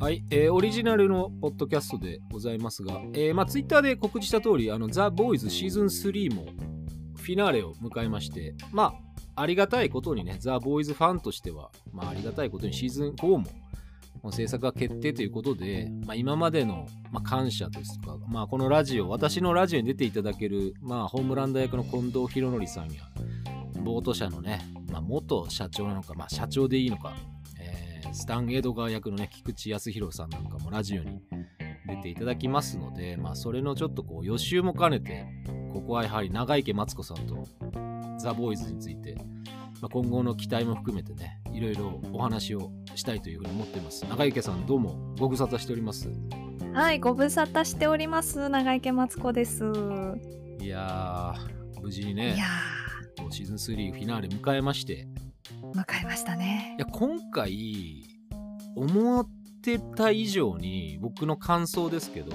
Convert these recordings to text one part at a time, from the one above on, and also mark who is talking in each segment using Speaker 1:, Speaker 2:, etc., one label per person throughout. Speaker 1: はい、えーオリジナルのポッドキャストでございますが、えーまあ、ツイッターで告知した通り、あの、ザ・ボーイズシーズン3もフィナーレを迎えまして、まあ、ありがたいことにね、ザ・ボーイズファンとしては、まあ、ありがたいことにシーズン4も、もう制作が決定ということで、まあ、今までの、まあ、感謝ですとか、まあ、このラジオ、私のラジオに出ていただける、まあ、ホームランダ役の近藤博則さんや、ボート社のね、まあ、元社長なのか、まあ、社長でいいのか、えースタン・エドガー役のね、菊池康弘さんなんかもラジオに出ていただきますので、まあ、それのちょっとこう予習も兼ねて、ここはやはり長池松子さんとザ・ボーイズについて、まあ、今後の期待も含めてね、いろいろお話をしたいというふうに思っています。長池さん、どうもご無沙汰しております。
Speaker 2: はい、ご無沙汰しております。長池松子です。
Speaker 1: いやー、無事に
Speaker 2: いや
Speaker 1: ね、こうシーズン3フィナーレ迎えまして、
Speaker 2: ー、迎えましたね
Speaker 1: い。や今回思ってた以上に僕の感想ですけど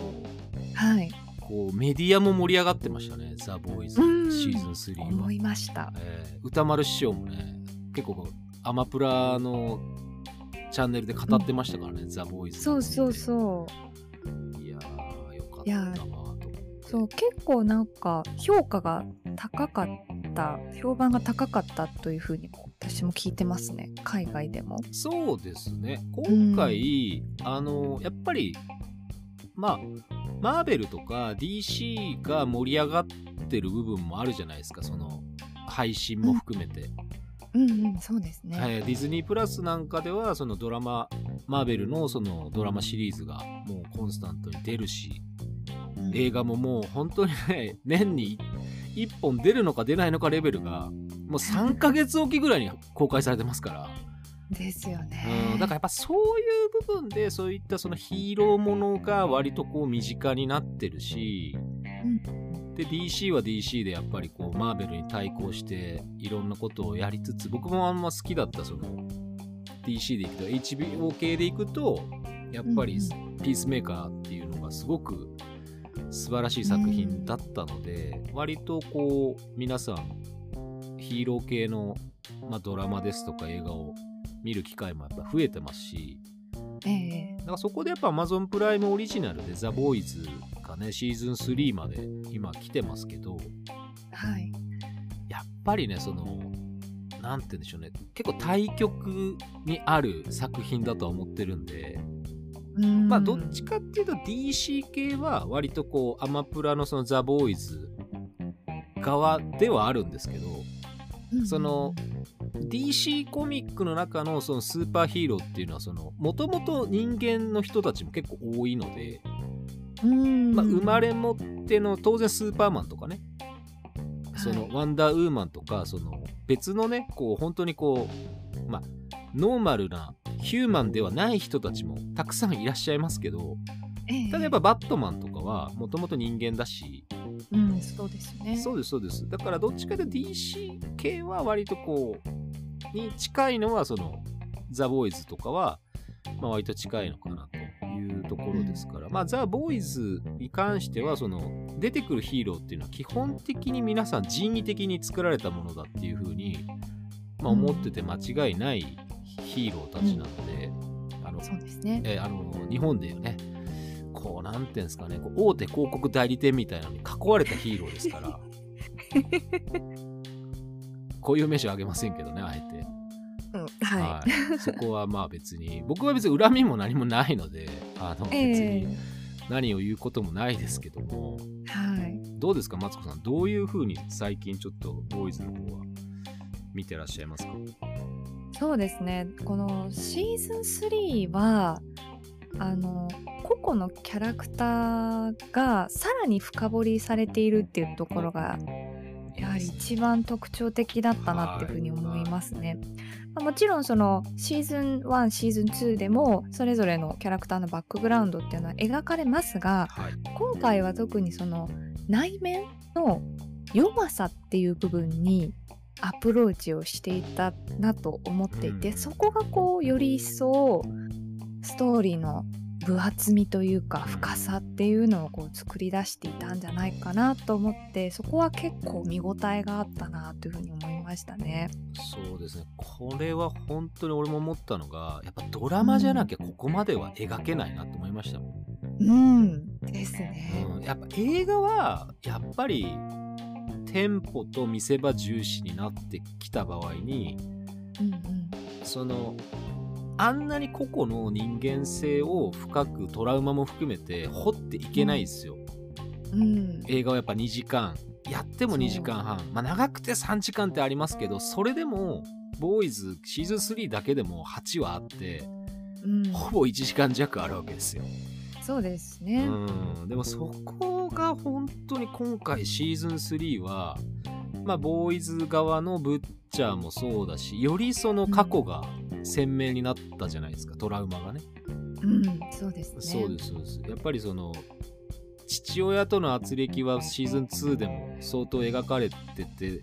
Speaker 2: はい、
Speaker 1: こうメディアも盛り上がってましたね「ザ・ボーイズ
Speaker 2: うん
Speaker 1: シーズン3
Speaker 2: 思
Speaker 1: は、
Speaker 2: いました。
Speaker 1: えー歌丸師匠もね結構こうアマプラのチャンネルで語ってましたからね「ザ・ボーイズ
Speaker 2: そうそうそう。
Speaker 1: ういやーよかっ
Speaker 2: いや
Speaker 1: たなと思って
Speaker 2: そう結構なんか評価が高かった評判が高かったというふうにも私も聞いてますね海外でも
Speaker 1: そうですね今回、あのやっぱりまあマーベルとか DC が盛り上がってる部分もあるじゃないですかその配信も含めて、
Speaker 2: うんうんそうですね、
Speaker 1: えーディズニープラスなんかではそのドラママーベルのそのドラマシリーズがもうコンスタントに出るし
Speaker 2: うん
Speaker 1: 映画ももう本当にね 年に1本出るのか出ないのかレベルがもう3ヶ月おきぐらいに公開されてますから。
Speaker 2: ですよね
Speaker 1: うん、だからやっぱそういう部分でそういったそのヒーローものが割とこう身近になってるし、で DC は DC でやっぱりこうマーベルに対抗していろんなことをやりつつ僕もあんま好きだったその DC でいくと HBO 系でいくとやっぱり
Speaker 2: うん
Speaker 1: ピースメーカーっていうのがすごく素晴らしい作品だったので、割とこう皆さんヒーロー系の、まあ、ドラマですとか映画を見る機会もやっぱ増えてますし
Speaker 2: ええ
Speaker 1: だからそこでやっぱ Amazon プライムオリジナルで「ザ・ボーイズがねシーズン3まで今来てますけど
Speaker 2: はい
Speaker 1: やっぱりねそのなんて言うんでしょうね結構対極にある作品だとは思ってるんで
Speaker 2: うん
Speaker 1: まあどっちかっていうと DC 系は割とこうアマプラのそのザ・ボーイズ側ではあるんですけどその DC コミックの中のそのスーパーヒーローっていうのはそのもともと人間の人たちも結構多いので、
Speaker 2: うん、
Speaker 1: まあ、生まれ持っての当然スーパーマンとかねその
Speaker 2: はい
Speaker 1: ワンダーウーマンとかその別のねこう本当にこうまあノーマルなヒューマンではない人たちもたくさんいらっしゃいますけど
Speaker 2: ええ
Speaker 1: ただやっぱバットマンとかはもともと人間だし
Speaker 2: うんそうですね
Speaker 1: そうですそうですだからどっちかで DC 系は割とこうに近いのはそのザ・ボーイズとかは、まあ、割と近いのかなというところですから、まあ、ザ・ボーイズに関してはその出てくるヒーローっていうのは基本的に皆さん人為的に作られたものだっていうふうに、まあ、思ってて間違いないヒーローたちなので、あの
Speaker 2: そうですね
Speaker 1: えーあの日本でいうねこうなんていうんですかねこう大手広告代理店みたいなのに囲われたヒーローですから こういう名称あげませんけどねあえて、
Speaker 2: うんは
Speaker 1: はいそこはまあ別に僕は別に恨みも何もないのであの別
Speaker 2: いええ
Speaker 1: に何を言うこともないですけども、
Speaker 2: はい
Speaker 1: どうですかマツコさんどういうふうに最近ちょっとボーイズの方は見てらっしゃいますか
Speaker 2: そうですねこのシーズン3はあの個々のキャラクターがさらに深掘りされているっていうところがやはり一番特徴的だったなっていうふうに思いますね。まあもちろんそのシーズン1シーズン2でもそれぞれのキャラクターのバックグラウンドっていうのは描かれますが
Speaker 1: はい
Speaker 2: 今回は特にその内面の弱さっていう部分にアプローチをしていたなと思っていて、
Speaker 1: うん
Speaker 2: そこがこうより一層ストーリーの分厚みというか深さっていうのをこう作り出していたんじゃないかなと思ってそこは結構見応えがあったなというふうに思いましたね。
Speaker 1: そうですねこれは本当に俺も思ったのがやっぱドラマじゃなきゃここまでは描けないなと思いましたもん、
Speaker 2: うんですね。
Speaker 1: うんやっぱ映画はやっぱりテンポと見せ場重視になってきた場合に
Speaker 2: うんうん
Speaker 1: そのあんなに個々の人間性を深くトラウマも含めて掘っていけないですよ、
Speaker 2: うん
Speaker 1: 映画はやっぱ2時間やっても2時間半まあ長くて3時間ってありますけどそれでもボーイズシーズン3だけでも8話あって
Speaker 2: うん、
Speaker 1: ほぼ1時間弱あるわけですよ、
Speaker 2: そうです
Speaker 1: う
Speaker 2: ね。
Speaker 1: ん、でもそこが本当に今回シーズン3はまあボーイズ側のブッチャーもそうだしよりその過去が鮮明になったじゃないですかトラウマがね
Speaker 2: うん、そうですね。
Speaker 1: そうですそうですやっぱりその父親との圧力はシーズン2でも相当描かれてて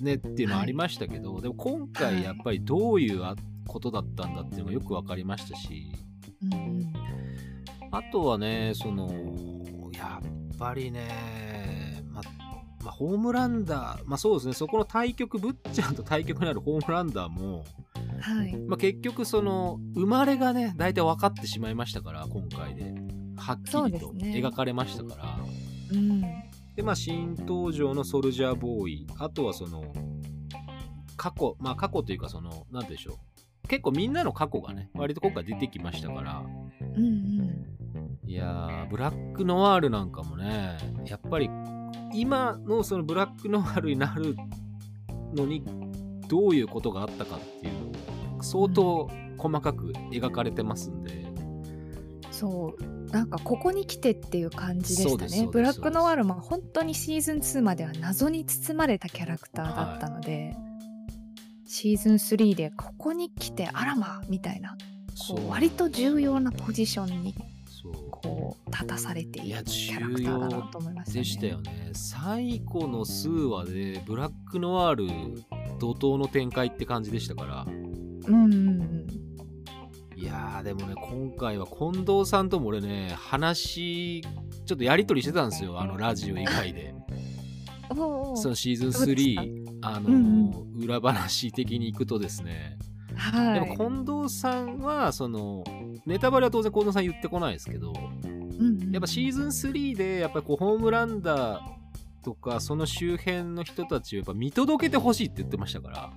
Speaker 1: ねっていうのはありましたけど、でも今回やっぱりどういうあことだったんだっていうのがよく分かりましたし
Speaker 2: うんうん
Speaker 1: あとはねそのやっぱりねままあホームランダー、まあ、そうですね、そこの対局、ぶっちゃんと対局になるホームランダーも、
Speaker 2: はい。
Speaker 1: まあ、結局、その生まれがね、大体分かってしまいましたから、今回で、はっき
Speaker 2: そう
Speaker 1: り
Speaker 2: で
Speaker 1: と
Speaker 2: すね
Speaker 1: 描かれましたから、で
Speaker 2: うん。
Speaker 1: まあ、新登場のソルジャーボーイ、あとはその、過去、まあ、過去というか、その、なんて言うんでしょう、結構みんなの過去がね、割と今回出てきましたから、
Speaker 2: うんうん。
Speaker 1: いやー、ブラックノワールなんかもね、やっぱり今のそのブラックノワールになるのにどういうことがあったかっていうのを相当細かく描かれてますんで、
Speaker 2: そう。なんかここに来てっていう感じで
Speaker 1: そう
Speaker 2: し
Speaker 1: で
Speaker 2: た
Speaker 1: すそう
Speaker 2: ね。
Speaker 1: です
Speaker 2: ブラックノワールも本当にシーズン2までは謎に包まれたキャラクターだったので、シーズン3でここに来てあらまみたいな、こう割と重要なポジションに
Speaker 1: そう
Speaker 2: こう立たされてい
Speaker 1: いや
Speaker 2: るキャラクターだなと思いましたね。
Speaker 1: でしたよね。最後の数話でブラックノワール怒涛の展開って感じでしたから、
Speaker 2: うんうんうん。
Speaker 1: いやーでもね、今回は近藤さんとも俺ね、話、ちょっとやりとりしてたんですよ、あのラジオ以外で。
Speaker 2: おうおう
Speaker 1: そのシーズン
Speaker 2: どうでした
Speaker 1: 3あの、
Speaker 2: うん
Speaker 1: 裏話的に行くとですね、
Speaker 2: は
Speaker 1: で
Speaker 2: い。
Speaker 1: も近藤さんはそのネタバレは当然近藤さん言ってこないですけど
Speaker 2: うんうん
Speaker 1: やっぱシーズン3でやっぱこうホームランダーとかその周辺の人たちをやっぱ見届けてほしいって言ってましたから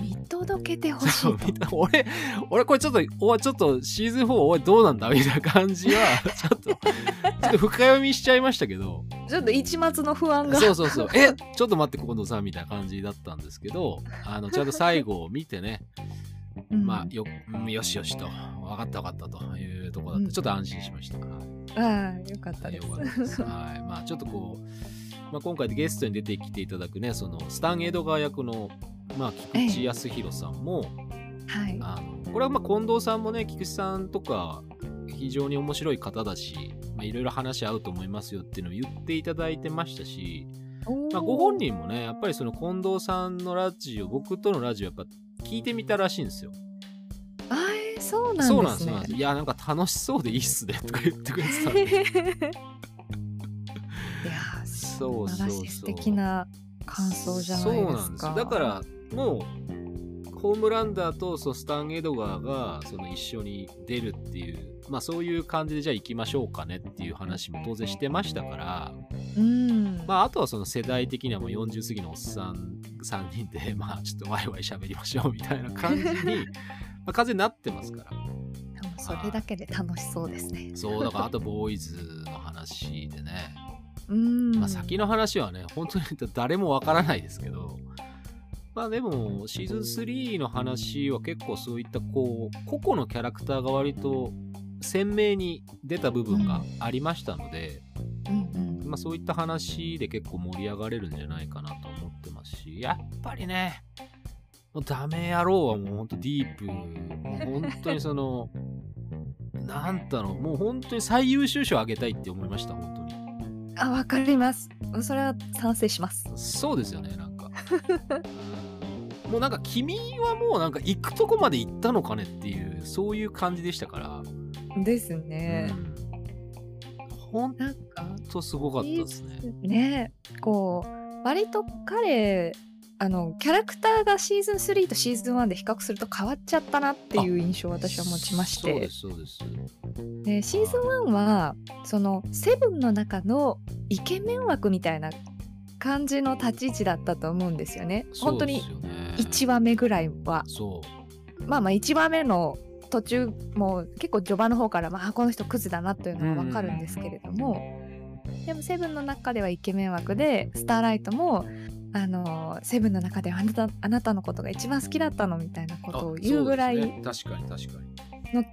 Speaker 2: 見届けてほしい
Speaker 1: そう
Speaker 2: と。
Speaker 1: 見た 俺俺これちょっとおちょっとシーズン4おいどうなんだみたいな感じは ちょっとちょっと深読みしちゃいましたけど
Speaker 2: ちょっと一抹の不安が。
Speaker 1: そうそうそう。え、ちょっと待って、近藤さんみたいな感じだったんですけど、あの、ちゃんと最後を見てね、
Speaker 2: うん
Speaker 1: まあ、よ、うんよしよしと、分かった分かったというところだっ
Speaker 2: う
Speaker 1: た。
Speaker 2: ん
Speaker 1: ちょっと安心しました。はい
Speaker 2: ああ、よかったで
Speaker 1: よ
Speaker 2: す。
Speaker 1: かったです。はい。まあ、ちょっとこう、まあ、今回ゲストに出てきていただくね、その、スタン・エドガー役の、まあ、菊池康弘さんも、
Speaker 2: はい。
Speaker 1: あのこれはまあ近藤さんもね菊池さんとか非常に面白い方だしまあいろいろ話し合うと思いますよっていうのを言っていただいてましたし、まあ、ご本人もねやっぱりその近藤さんのラジオ僕とのラジオやっぱ聞いてみたらしいんですよ。
Speaker 2: あーそうなんですね。
Speaker 1: そうなんですそうなんです。いやなんか楽しそうでいいっすねとか言ってくれ てたんで
Speaker 2: いやー、
Speaker 1: そう
Speaker 2: 素
Speaker 1: そう
Speaker 2: 晴ら
Speaker 1: そ
Speaker 2: し
Speaker 1: う
Speaker 2: い素敵な感想じゃない
Speaker 1: そう
Speaker 2: で
Speaker 1: な
Speaker 2: す
Speaker 1: んです
Speaker 2: か。
Speaker 1: よだからもうホームランダーとそのスタン・エドガーがその一緒に出るっていう、まあ、そういう感じでじゃあ行きましょうかねっていう話も当然してましたから、
Speaker 2: うん。
Speaker 1: まあ、あとはその世代的にはもう40過ぎのおっさん3人で、 まあ、ちょっとワイワイ喋りましょうみたいな感じに、まあ、風になってますから。
Speaker 2: でもそれだけで楽しそうですね。
Speaker 1: そう、だからあとボーイズの話でね、
Speaker 2: うん。
Speaker 1: まあ、先の話はね、本当に誰もわからないですけど、まあでも、シーズン3の話は結構そういったこう、個々のキャラクターが割と鮮明に出た部分がありましたので、
Speaker 2: うん
Speaker 1: まあそういった話で結構盛り上がれるんじゃないかなと思ってますし、やっぱりね、もうダメ野郎はもう本当ディープ、もう本当にそ の、なんだろう、もう本当に最優秀賞あげたいって思いました、本当に。
Speaker 2: うん。あ、わかります。それは賛成します。
Speaker 1: そうですよねなんか うんもうなんか君はもうなんか行くとこまで行ったのかねっていうそういう感じでしたから
Speaker 2: ですね。
Speaker 1: うんほん
Speaker 2: なんか
Speaker 1: とすごかったですね。
Speaker 2: ねこう割と彼あのキャラクターがシーズン3とシーズン1で比較すると変わっちゃったなっていう印象を私は持ちまし
Speaker 1: そうで
Speaker 2: て
Speaker 1: すそうです。
Speaker 2: でシーズン1はそのセブンの中のイケメン枠みたいな感じの立ち位置だったと思うんですよね。本当に
Speaker 1: そうですよね
Speaker 2: 1話目ぐらいは
Speaker 1: そう
Speaker 2: まあまあ1話目の途中もう結構序盤の方から、まああ、この人クズだなというのは分かるんですけれども、でも「セブンの中ではイケメン枠でスターライトも「あのセブンの中ではあなたあなたのことが一番好きだったの」みたいなこ
Speaker 1: あ
Speaker 2: とを言うぐら
Speaker 1: そです
Speaker 2: い
Speaker 1: ね確かに確かに。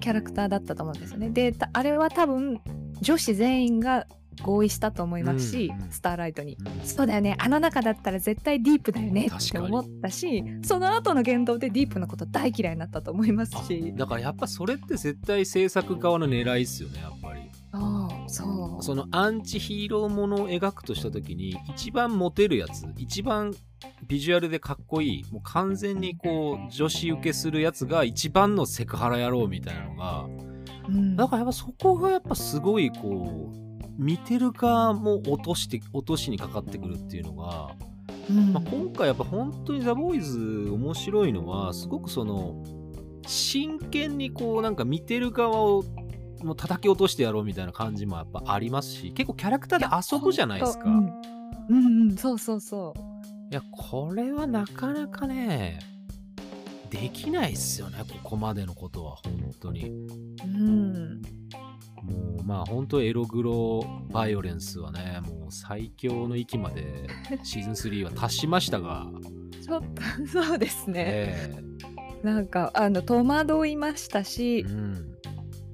Speaker 2: キャラクターだったと思うんですよね。でたあれは多分女子全員が合意したと思いますし、
Speaker 1: うんうん
Speaker 2: スターライトに。
Speaker 1: うん
Speaker 2: そうだよねあの中だったら絶対ディープだよね
Speaker 1: 確
Speaker 2: っ
Speaker 1: か
Speaker 2: て
Speaker 1: に
Speaker 2: 思ったしその後の言動でディープのこと大嫌いになったと思いますし
Speaker 1: だからやっぱそれって絶対制作側の狙いっすよねやっぱり
Speaker 2: そうそう
Speaker 1: そのアンチヒーローものを描くとした時に一番モテるやつ一番ビジュアルでかっこいいもう完全にこう女子受けするやつが一番のセクハラ野郎みたいなのが
Speaker 2: うん
Speaker 1: だからやっぱそこがやっぱすごいこう見てる側も落として落としにかかってくるっていうのが
Speaker 2: うん
Speaker 1: まあ、今回やっぱ本当にザ・ボーイズ面白いのはすごくその真剣にこうなんか見てる側をもう叩き落としてやろうみたいな感じもやっぱありますし結構キャラクターで遊ぶじゃないですか。い
Speaker 2: うん
Speaker 1: や,、
Speaker 2: うんうんそうそうそう
Speaker 1: これはなかなかねできないっすよねここまでのことは本当に
Speaker 2: う
Speaker 1: も
Speaker 2: ん
Speaker 1: うまあ本当エログロバイオレンスはねもう最強の域までシーズン3は達しました が、
Speaker 2: ちょっとそうですね、
Speaker 1: え
Speaker 2: なんかあの戸惑いました
Speaker 1: え
Speaker 2: し
Speaker 1: うん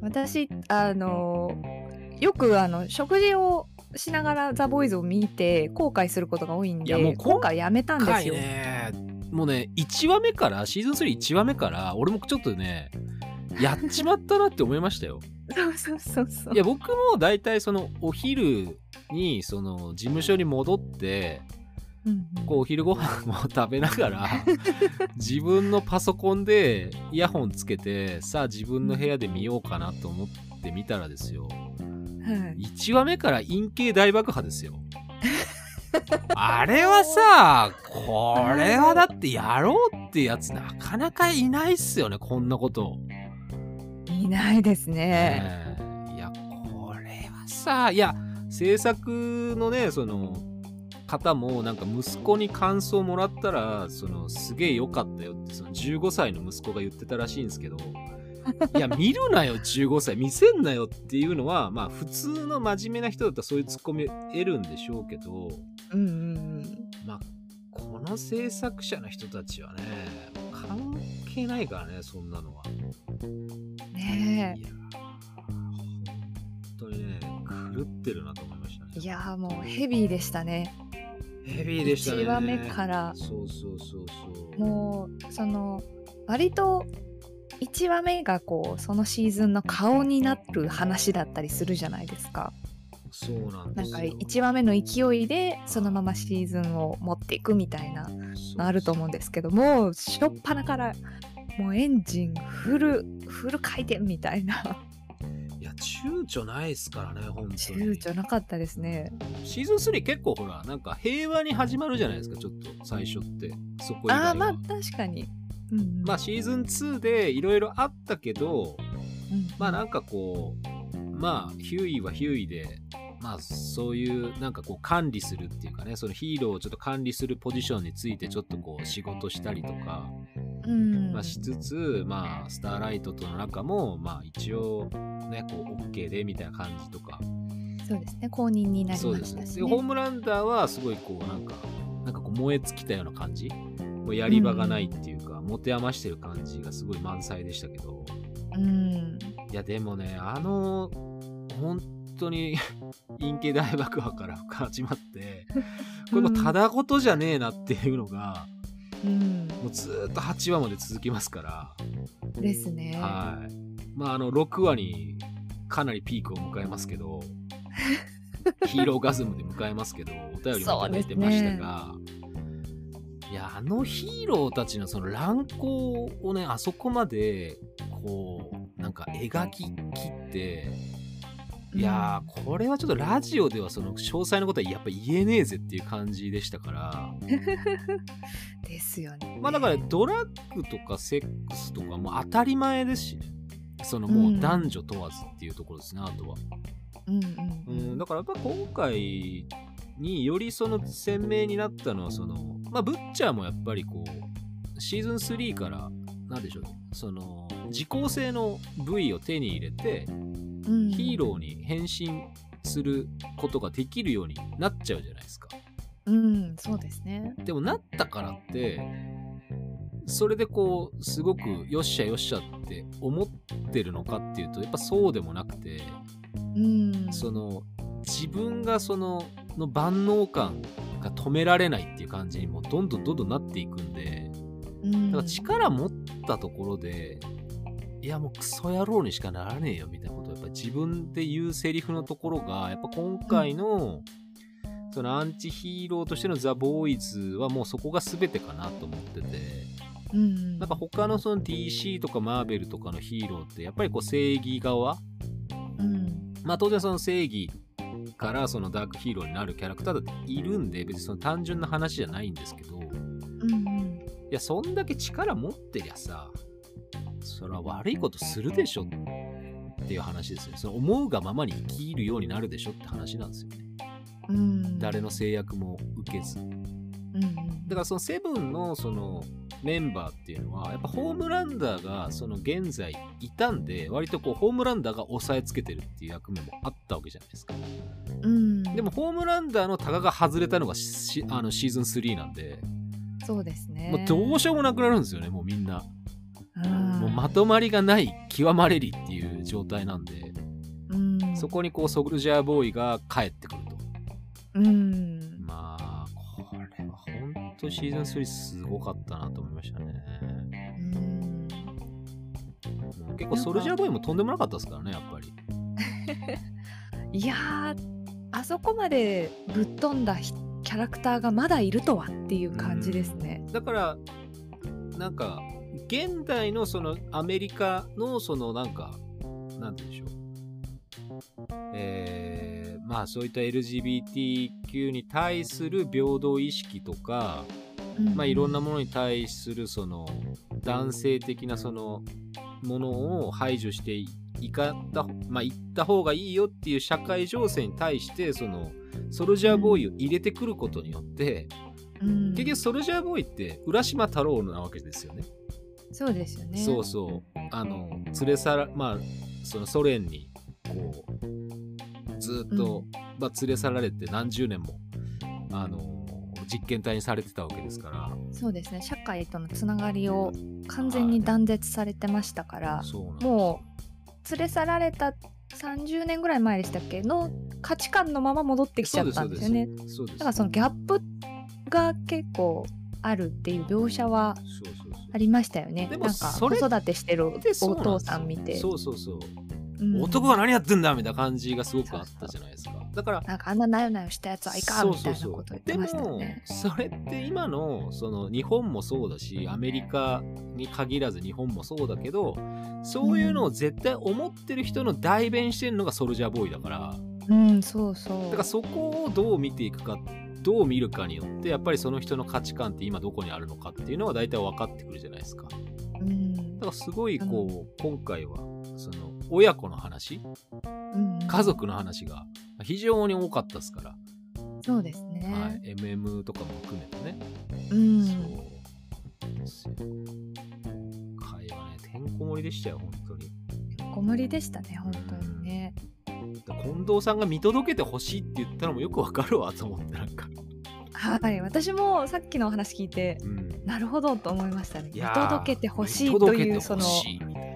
Speaker 2: 私あのよくあの食事をしながらザ・ボーイズを見て後悔することが多いん
Speaker 1: い
Speaker 2: で
Speaker 1: やもう
Speaker 2: 今回やめたんですよ、
Speaker 1: ねもうね1話目からシーズン31話目から俺もちょっとねやっちまったなって思いましたよ
Speaker 2: そうそうそうそう
Speaker 1: いや僕も大体そのお昼にその事務所に戻って
Speaker 2: うんうん
Speaker 1: こうお昼ご飯を食べながら自分のパソコンでイヤホンつけてさあ自分の部屋で見ようかなと思って見たらですよ
Speaker 2: はい
Speaker 1: 1話目から陰茎大爆破ですよあれはさこれはだってやろうってやつなかなかいないっすよねこんなこと、
Speaker 2: いないですね、
Speaker 1: ええいやこれはさいや制作のねその方もなんか息子に感想もらったらそのすげえ良かったよってその15歳の息子が言ってたらしいんですけどいや見るなよ15歳見せんなよっていうのはまあ普通の真面目な人だったらそういうツッコミ得るんでしょうけど
Speaker 2: うんうん
Speaker 1: まあこの制作者の人たちはね関係ないからねそんなのは。
Speaker 2: うんねえ
Speaker 1: いやー本当にね狂ってるなと思いましたね
Speaker 2: いやーもうヘビーでしたね
Speaker 1: ヘビーでしたね
Speaker 2: 1話目から
Speaker 1: そうそうそうそう
Speaker 2: もうその割と1話目がこうそのシーズンの顔になる話だったりするじゃないですか
Speaker 1: そうなん
Speaker 2: な
Speaker 1: で
Speaker 2: ん
Speaker 1: す
Speaker 2: か
Speaker 1: よ
Speaker 2: 1話目の勢いでそのままシーズンを持っていくみたいなのあると思うんですけどもう初っ端からもうエンジンフルフル回転みたいな
Speaker 1: いや躊躇ないっすからね本当に
Speaker 2: 躊躇なかったですね
Speaker 1: シーズン3結構ほらなんか平和に始まるじゃないですかちょっと最初ってそこ以外は
Speaker 2: ああまあ確かにうんうん
Speaker 1: まあシーズン2でいろいろあったけど
Speaker 2: うん
Speaker 1: まあなんかこうまあヒューイはヒューイでまあそういうなんかこう管理するっていうかねそのヒーローをちょっと管理するポジションについてちょっとこう仕事したりとか、
Speaker 2: うん
Speaker 1: まあ、しつつまあスターライトとの中もまあ一応ねこう OK でみたいな感じとか
Speaker 2: そうですね公認になり
Speaker 1: そう
Speaker 2: ま
Speaker 1: です
Speaker 2: し
Speaker 1: ね
Speaker 2: たし、
Speaker 1: で
Speaker 2: ね
Speaker 1: ホームランダーはすごいこうなんかなんかこう燃え尽きたような感じこうやり場がないっていうか、持て余してる感じがすごい満載でしたけど。
Speaker 2: うん
Speaker 1: いやでもねあの本当に 陰茎大爆破から始まってこれもうただごとじゃねえなっていうのが、
Speaker 2: うん
Speaker 1: もうずーっと8話まで続きますから、
Speaker 2: ですね
Speaker 1: はいまああの6話にかなりピークを迎えますけどヒーローガズムで迎えますけどお便りもいただいてましたが、いやあのヒーローたちのその乱行をねあそこまでこうなんか描き切っていやーこれはちょっとラジオではその詳細のことはやっぱ言えねえぜっていう感じでしたから
Speaker 2: うんですよね
Speaker 1: まあだからドラッグとかセックスとかもう当たり前ですしねそのもう男女問わずっていうところですね、あとは。
Speaker 2: うん
Speaker 1: う
Speaker 2: うん
Speaker 1: ん、だからやっぱ今回によりその鮮明になったのはその、まあ、ブッチャーもやっぱりこうシーズン3からなんでしょうねその時効性の部位を手に入れて
Speaker 2: うん
Speaker 1: ヒーローに変身することができるようになっちゃうじゃないですか
Speaker 2: うんそうですね
Speaker 1: でもなったからってそれでこうすごくよっしゃよっしゃって思ってるのかっていうとやっぱそうでもなくて
Speaker 2: うん
Speaker 1: その自分がそのの万能感が止められないっていう感じにもうどんどんどんどんなっていくんで
Speaker 2: うん
Speaker 1: だから力持ったところでいやもうクソ野郎にしかならねえよみたいなことをやっぱ自分で言うセリフのところがやっぱ今回のそのアンチヒーローとしてのザ・ボーイズはもうそこが全てかなと思ってて。
Speaker 2: うん
Speaker 1: なんか他のその DC とかマーベルとかのヒーローってやっぱりこう正義側
Speaker 2: うん
Speaker 1: まあ当然その正義からそのダークヒーローになるキャラクターだっているんで別にその単純な話じゃないんですけどい
Speaker 2: うんうん
Speaker 1: やそんだけ力持ってりゃさそれは悪いことするでしょっていう話ですよねその思うがままに生きるようになるでしょって話なんですよね
Speaker 2: うん
Speaker 1: 誰の制約も受けず
Speaker 2: うんうん
Speaker 1: だからそのセブンのそのメンバーっていうのはやっぱホームランダーがその現在いたんで割とこうホームランダーが抑えつけてるっていう役目もあったわけじゃないですか
Speaker 2: うん
Speaker 1: でもホームランダーのタガが外れたのがしあのシーズン3なんで、
Speaker 2: そうですね
Speaker 1: もうどうしようもなくなるんですよねもうみんな、
Speaker 2: うん
Speaker 1: もうまとまりがない極まれりっていう状態なんで、
Speaker 2: うん
Speaker 1: そこにこうソルジャーボーイが帰ってくると
Speaker 2: うん
Speaker 1: まあこれは本当シーズン3すごかったなと思いましたね
Speaker 2: うん
Speaker 1: もう結構ソルジャーボーイもとんでもなかったですからねやっぱり
Speaker 2: いやーあそこまでぶっ飛んだひキャラクターがまだいるとはっていう感じですね。
Speaker 1: だからなんか現代のそのアメリカのそのなんかなんて言うんでしょうえー、まあそういった LGBTQ に対する平等意識とか、
Speaker 2: うん
Speaker 1: まあ、いろんなものに対するその男性的なそのものを排除していかった、まあ、行った方がいいよっていう社会情勢に対してそのソルジャーボーイを入れてくることによって、
Speaker 2: うん
Speaker 1: 結局ソルジャーボーイって浦島太郎なわけですよね。
Speaker 2: そうですよね。
Speaker 1: そうそうあの連れ去らまあそのソ連にこうずっと、
Speaker 2: うん
Speaker 1: まあ、連れ去られて何十年もあの実験体にされてたわけですか
Speaker 2: そうですね社会とのつながりを完全に断絶されてましたからら
Speaker 1: そうなんです
Speaker 2: もう連れ去られた30年ぐらい前でしたっけの価値観のまま戻ってきちゃったんですよね。
Speaker 1: そうです
Speaker 2: だからそのギャップが結構あるっていう描写は
Speaker 1: そうそうそう
Speaker 2: ありましたよね。
Speaker 1: で
Speaker 2: なん
Speaker 1: も
Speaker 2: か
Speaker 1: そ
Speaker 2: 子
Speaker 1: れ
Speaker 2: 育てしてるお
Speaker 1: でそうなんですよ
Speaker 2: 父さん見て、
Speaker 1: そうそうそう、
Speaker 2: うん
Speaker 1: 男は何やってんだみたいな感じがすごくあったじゃないですかだから
Speaker 2: なんかあんななよなよしたやつはいかんみたいなこと言ってましたよね。
Speaker 1: そうそうそうでもそれって今のその日本もそうだしアメリカに限らず日本もそうだけどそういうのを絶対思ってる人の代弁してるのがソルジャーボーイだから
Speaker 2: うん、そうそう。
Speaker 1: だからそこをどう見ていくかどう見るかによってやっぱりその人の価値観って今どこにあるのかっていうのが大体分かってくるじゃないですかだか
Speaker 2: うん、
Speaker 1: らすごいこう今回はその親子の話
Speaker 2: うん
Speaker 1: 家族の話が非常に多かったですから、
Speaker 2: そうですね。
Speaker 1: はい、MM とかも含めてね
Speaker 2: うん、
Speaker 1: そうですよ。会話ね、てんこ盛りでしたよ、本当に。
Speaker 2: ご無理でしたね、本当にね。
Speaker 1: 近藤さんが見届けてほしいって言ったのもよくわかるわと思って、なんか。
Speaker 2: はい、私もさっきのお話聞いて、
Speaker 1: うん。
Speaker 2: なるほどと思いましたね。
Speaker 1: い
Speaker 2: 見
Speaker 1: やー
Speaker 2: 届けてほしい
Speaker 1: 見
Speaker 2: と
Speaker 1: 届
Speaker 2: い
Speaker 1: け
Speaker 2: う
Speaker 1: て
Speaker 2: そ
Speaker 1: ほ
Speaker 2: の
Speaker 1: しいみたい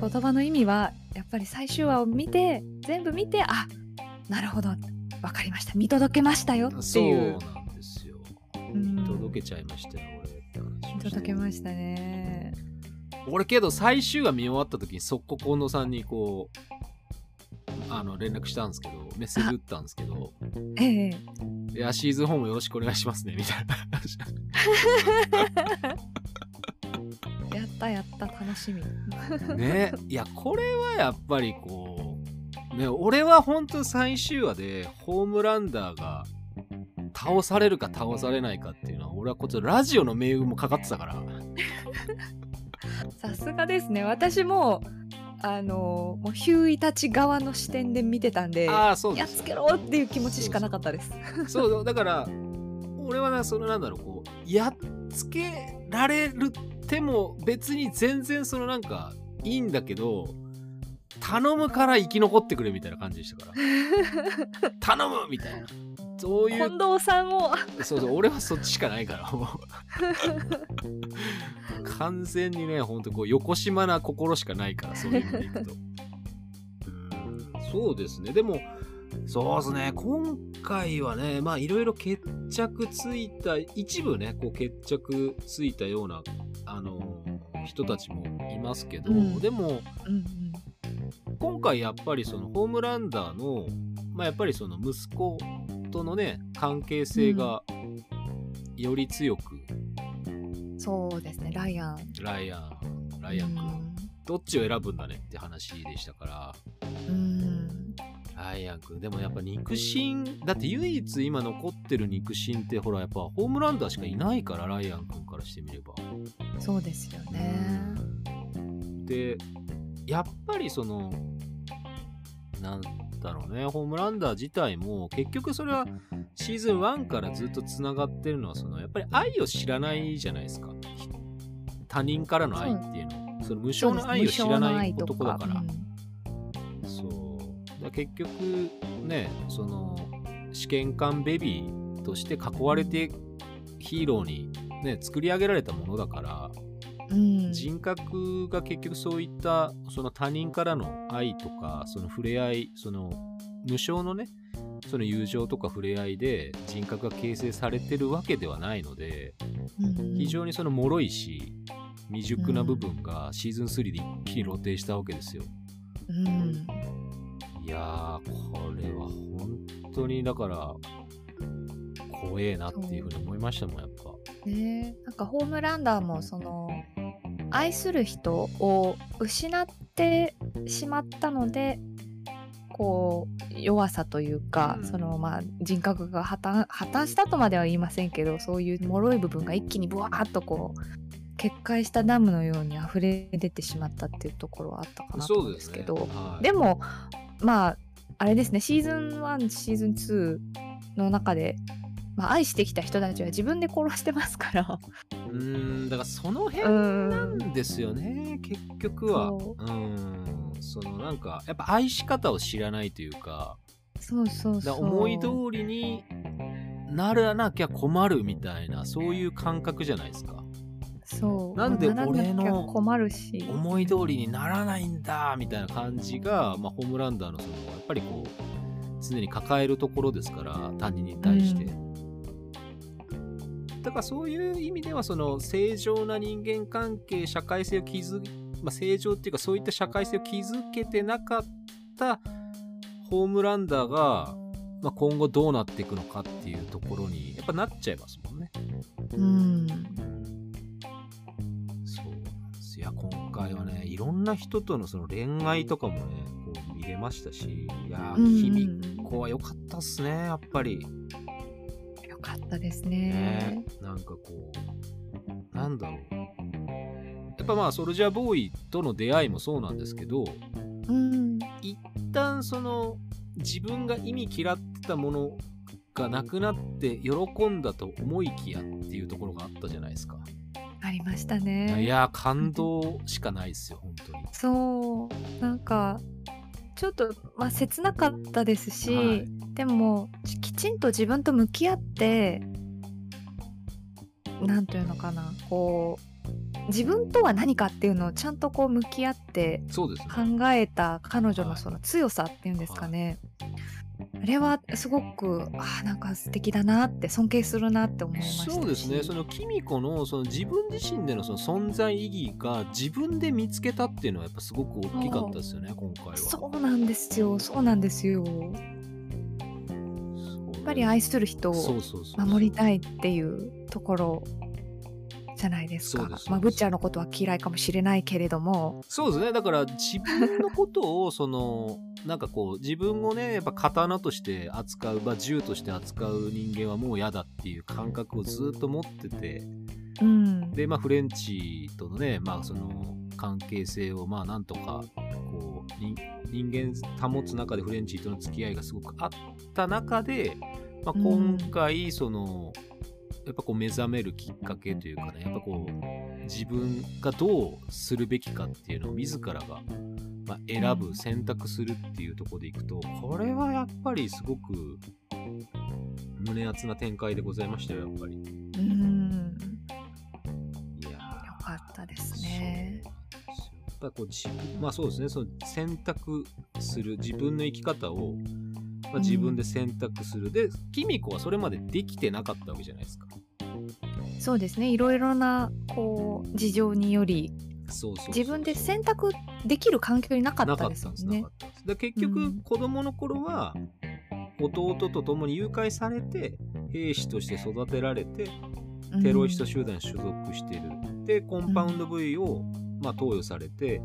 Speaker 1: な
Speaker 2: 言葉の意味はやっぱり最終話を見て全部見てあなるほどわかりました見届けましたよって
Speaker 1: そう
Speaker 2: いう
Speaker 1: なんですよ。
Speaker 2: ん
Speaker 1: 見届けちゃいましたよ、俺って話
Speaker 2: 見
Speaker 1: をして。
Speaker 2: 届けましたね
Speaker 1: 俺けど最終話見終わった時に速攻近藤さんにこう、あの連絡したんですけど、メッセージ打ったんですけど、
Speaker 2: ええ
Speaker 1: いや、シーズン4もよろしくお願いしますね、みたいな話。
Speaker 2: やったやった楽しみ。
Speaker 1: ね いやこれはやっぱりこう、ね、俺は本当最終話でホームランダーが倒されるか倒されないかっていうのは俺はこっちのラジオの命運もかかってたから
Speaker 2: さすがですね。私もあのもうヒューイたち側の視点で見てたんで、
Speaker 1: ああそう
Speaker 2: や
Speaker 1: で
Speaker 2: っ
Speaker 1: す
Speaker 2: つけろっていう気持ちしかなかったです。
Speaker 1: そうそうだから俺はなそのなんだろうこうやっつけられるっても別に全然そのなんかいいんだけど頼むから生き残ってくれみたいな感じでしたから頼むみたいなそういう
Speaker 2: 近藤さんも
Speaker 1: そうそう俺はそっちしかないからも う完全にねほんとこう横島な心しかないからそういう意味でいくとうんそうですねでもそうですね今回はねまあいろいろ決着ついた一部ねこう決着ついたようなあの人たちもいますけど、
Speaker 2: うん
Speaker 1: でも
Speaker 2: うん
Speaker 1: 今回やっぱりそのホームランダーの、まあ、やっぱりその息子とのね関係性がより強く、
Speaker 2: うん、そうですね。ライアン。
Speaker 1: ライアンライアン君、どっちを選ぶんだねって話でしたから
Speaker 2: うん。
Speaker 1: ライアン君でもやっぱ肉親だって唯一今残ってる肉親ってほらやっぱホームランダーしかいないからライアン君からしてみれば。
Speaker 2: うんそうですよね。
Speaker 1: でやっぱりそのなんだろうねホームランダー自体も結局それはシーズン1からずっとつながってるのはそのやっぱり愛を知らないじゃないですかひ他人からの愛っていうのその無償の愛を知らない男だから
Speaker 2: うん
Speaker 1: そうだから結局ねその試験管ベビーとして囲われてヒーローに、ね、作り上げられたものだから
Speaker 2: うん、
Speaker 1: 人格が結局そういったその他人からの愛とかその触れ合いその無償のねその友情とか触れ合いで人格が形成されてるわけではないので非常に
Speaker 2: に
Speaker 1: その脆いし未熟な部分がシーズン3で一気に露呈したわけですよ。
Speaker 2: うん
Speaker 1: いやーこれは本当にだから怖えなっていうふうに思いましたもんやっぱ。
Speaker 2: ねえなんかホームランダーもその愛する人を失ってしまったのでこう弱さというか、
Speaker 1: うん
Speaker 2: そのまあ人格が破綻破綻したとまでは言いませんけどそういう脆い部分が一気にブワーッとこう決壊したダムのように溢れ出てしまったっていうところはあったかなと思うんですけど。
Speaker 1: はい
Speaker 2: でもまああれですねシーズン1シーズン2の中で、まあ、愛してきた人たちは自分で殺してますから
Speaker 1: うーんだからその辺
Speaker 2: うん
Speaker 1: なんですよね結局は
Speaker 2: そう
Speaker 1: ーんそのなんかやっぱ愛し方を知らないというか
Speaker 2: そうそう
Speaker 1: だ
Speaker 2: そう
Speaker 1: 思い通りにならなきゃ困るみたいなそういう感覚じゃないですか
Speaker 2: そう
Speaker 1: なんで
Speaker 2: らきゃ
Speaker 1: 俺の
Speaker 2: 困るし
Speaker 1: 思い通りにならないんだみたいな感じが、まあ、ホームランダーのそのやっぱりこう常に抱えるところですから他人に対して、だからそういう意味ではその正常な人間関係社会性を築き、まあ、正常っていうかそういった社会性を築けてなかったホームランダーが、まあ、今後どうなっていくのかっていうところにやっぱなっちゃいますもんね。
Speaker 2: うん
Speaker 1: そうなんですいや今回はねいろんな人とのその恋愛とかもねこう見れましたしいや
Speaker 2: うん
Speaker 1: ー卑弥呼は良かったっすねやっぱり
Speaker 2: よかったです
Speaker 1: ね
Speaker 2: ね
Speaker 1: なんかこうなんだろうやっぱまあソルジャーボーイとの出会いもそうなんですけど
Speaker 2: うん
Speaker 1: 一旦その自分が意味嫌ってたものがなくなって喜んだと思いきやっていうところがあったじゃないですか、
Speaker 2: ありました
Speaker 1: い
Speaker 2: ね
Speaker 1: やー感動しかないですよ本当に
Speaker 2: そうなんかちょっと、まあ、切なかったですし、
Speaker 1: はい
Speaker 2: でもききちんと自分と向き合ってなんというのかなこう自分とは何かっていうのをちゃんとこう向き合って
Speaker 1: そうですね
Speaker 2: 考えた彼女
Speaker 1: は
Speaker 2: の
Speaker 1: い
Speaker 2: その強さっていうんですかね、あれはすごくあーなんか素敵だなって尊敬するなって思いましたし
Speaker 1: そうですねそのキミコのその自分自身でのその存在意義が自分で見つけたっていうのはやっぱすごく大きかったですよね今回は
Speaker 2: そうなんですよそうなんですよや
Speaker 1: や
Speaker 2: っぱり愛する人を
Speaker 1: そうそうそうそう
Speaker 2: 守りたいっていうところちじゃないですか
Speaker 1: そうです
Speaker 2: まあ、ブッチャーのことは嫌いかもしれないけれども
Speaker 1: そうですねだから自分のことをそのなんかこう自分をねやっぱ刀として扱う、まあ、銃として扱う人間はもう嫌だっていう感覚をずっと持ってて
Speaker 2: うん
Speaker 1: でまあフレンチとのねまあその関係性をまあなんとかこうに人間保つ中でフレンチとの付き合いがすごくあった中で、まあ、
Speaker 2: うん
Speaker 1: 今回その、やっぱこう目覚めるきっかけというかねやっぱこう自分がどうするべきかっていうのを自らが、まあ、選ぶ選択するっていうところでいくとこれはやっぱりすごく胸熱な展開でございましたよやっぱり。
Speaker 2: うん
Speaker 1: いやー
Speaker 2: よかったですね
Speaker 1: やっぱこう自分まあそうですねその選択する自分の生き方を、まあ、自分で選択する、でキミコはそれまでできてなかったわけじゃないですか
Speaker 2: そうですねいろいろなこう事情により
Speaker 1: そうそうそう
Speaker 2: 自分で選択できる環境になかったですもん
Speaker 1: な
Speaker 2: ね
Speaker 1: か。ったんですだから結局子供の頃は弟と共に誘拐されて兵士として育てられて
Speaker 2: うん
Speaker 1: テロリスト集団に所属してる、でコンパウンド部位を、まあ、投与されてや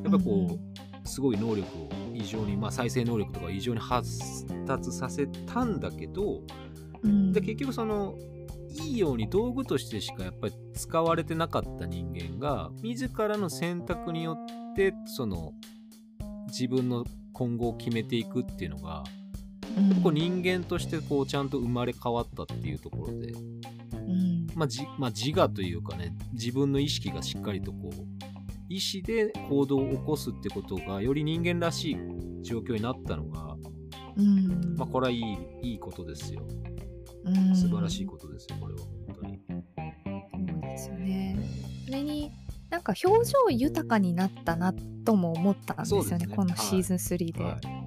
Speaker 1: っぱ
Speaker 2: う
Speaker 1: こ
Speaker 2: ん
Speaker 1: うすごい能力を異常に、まあ、再生能力とかを異常に発達させたんだけど
Speaker 2: うん
Speaker 1: で結局そのいいように道具としてしかやっぱり使われてなかった人間が自らの選択によってその自分の今後を決めていくっていうのが
Speaker 2: うん
Speaker 1: こう人間としてこうちゃんと生まれ変わったっていうところで
Speaker 2: うん
Speaker 1: まあじまあ、自我というかね自分の意識がしっかりとこう意思で行動を起こすってことがより人間らしい状況になったのが、
Speaker 2: うん
Speaker 1: まあ、これはいいいいことですよ
Speaker 2: うん
Speaker 1: 素晴らしいことですよこれは本当に
Speaker 2: そうですよね。それになんか表情豊かになったなとも思ったんですよ
Speaker 1: そうで
Speaker 2: ね
Speaker 1: すね
Speaker 2: このシーズン3で、
Speaker 1: はい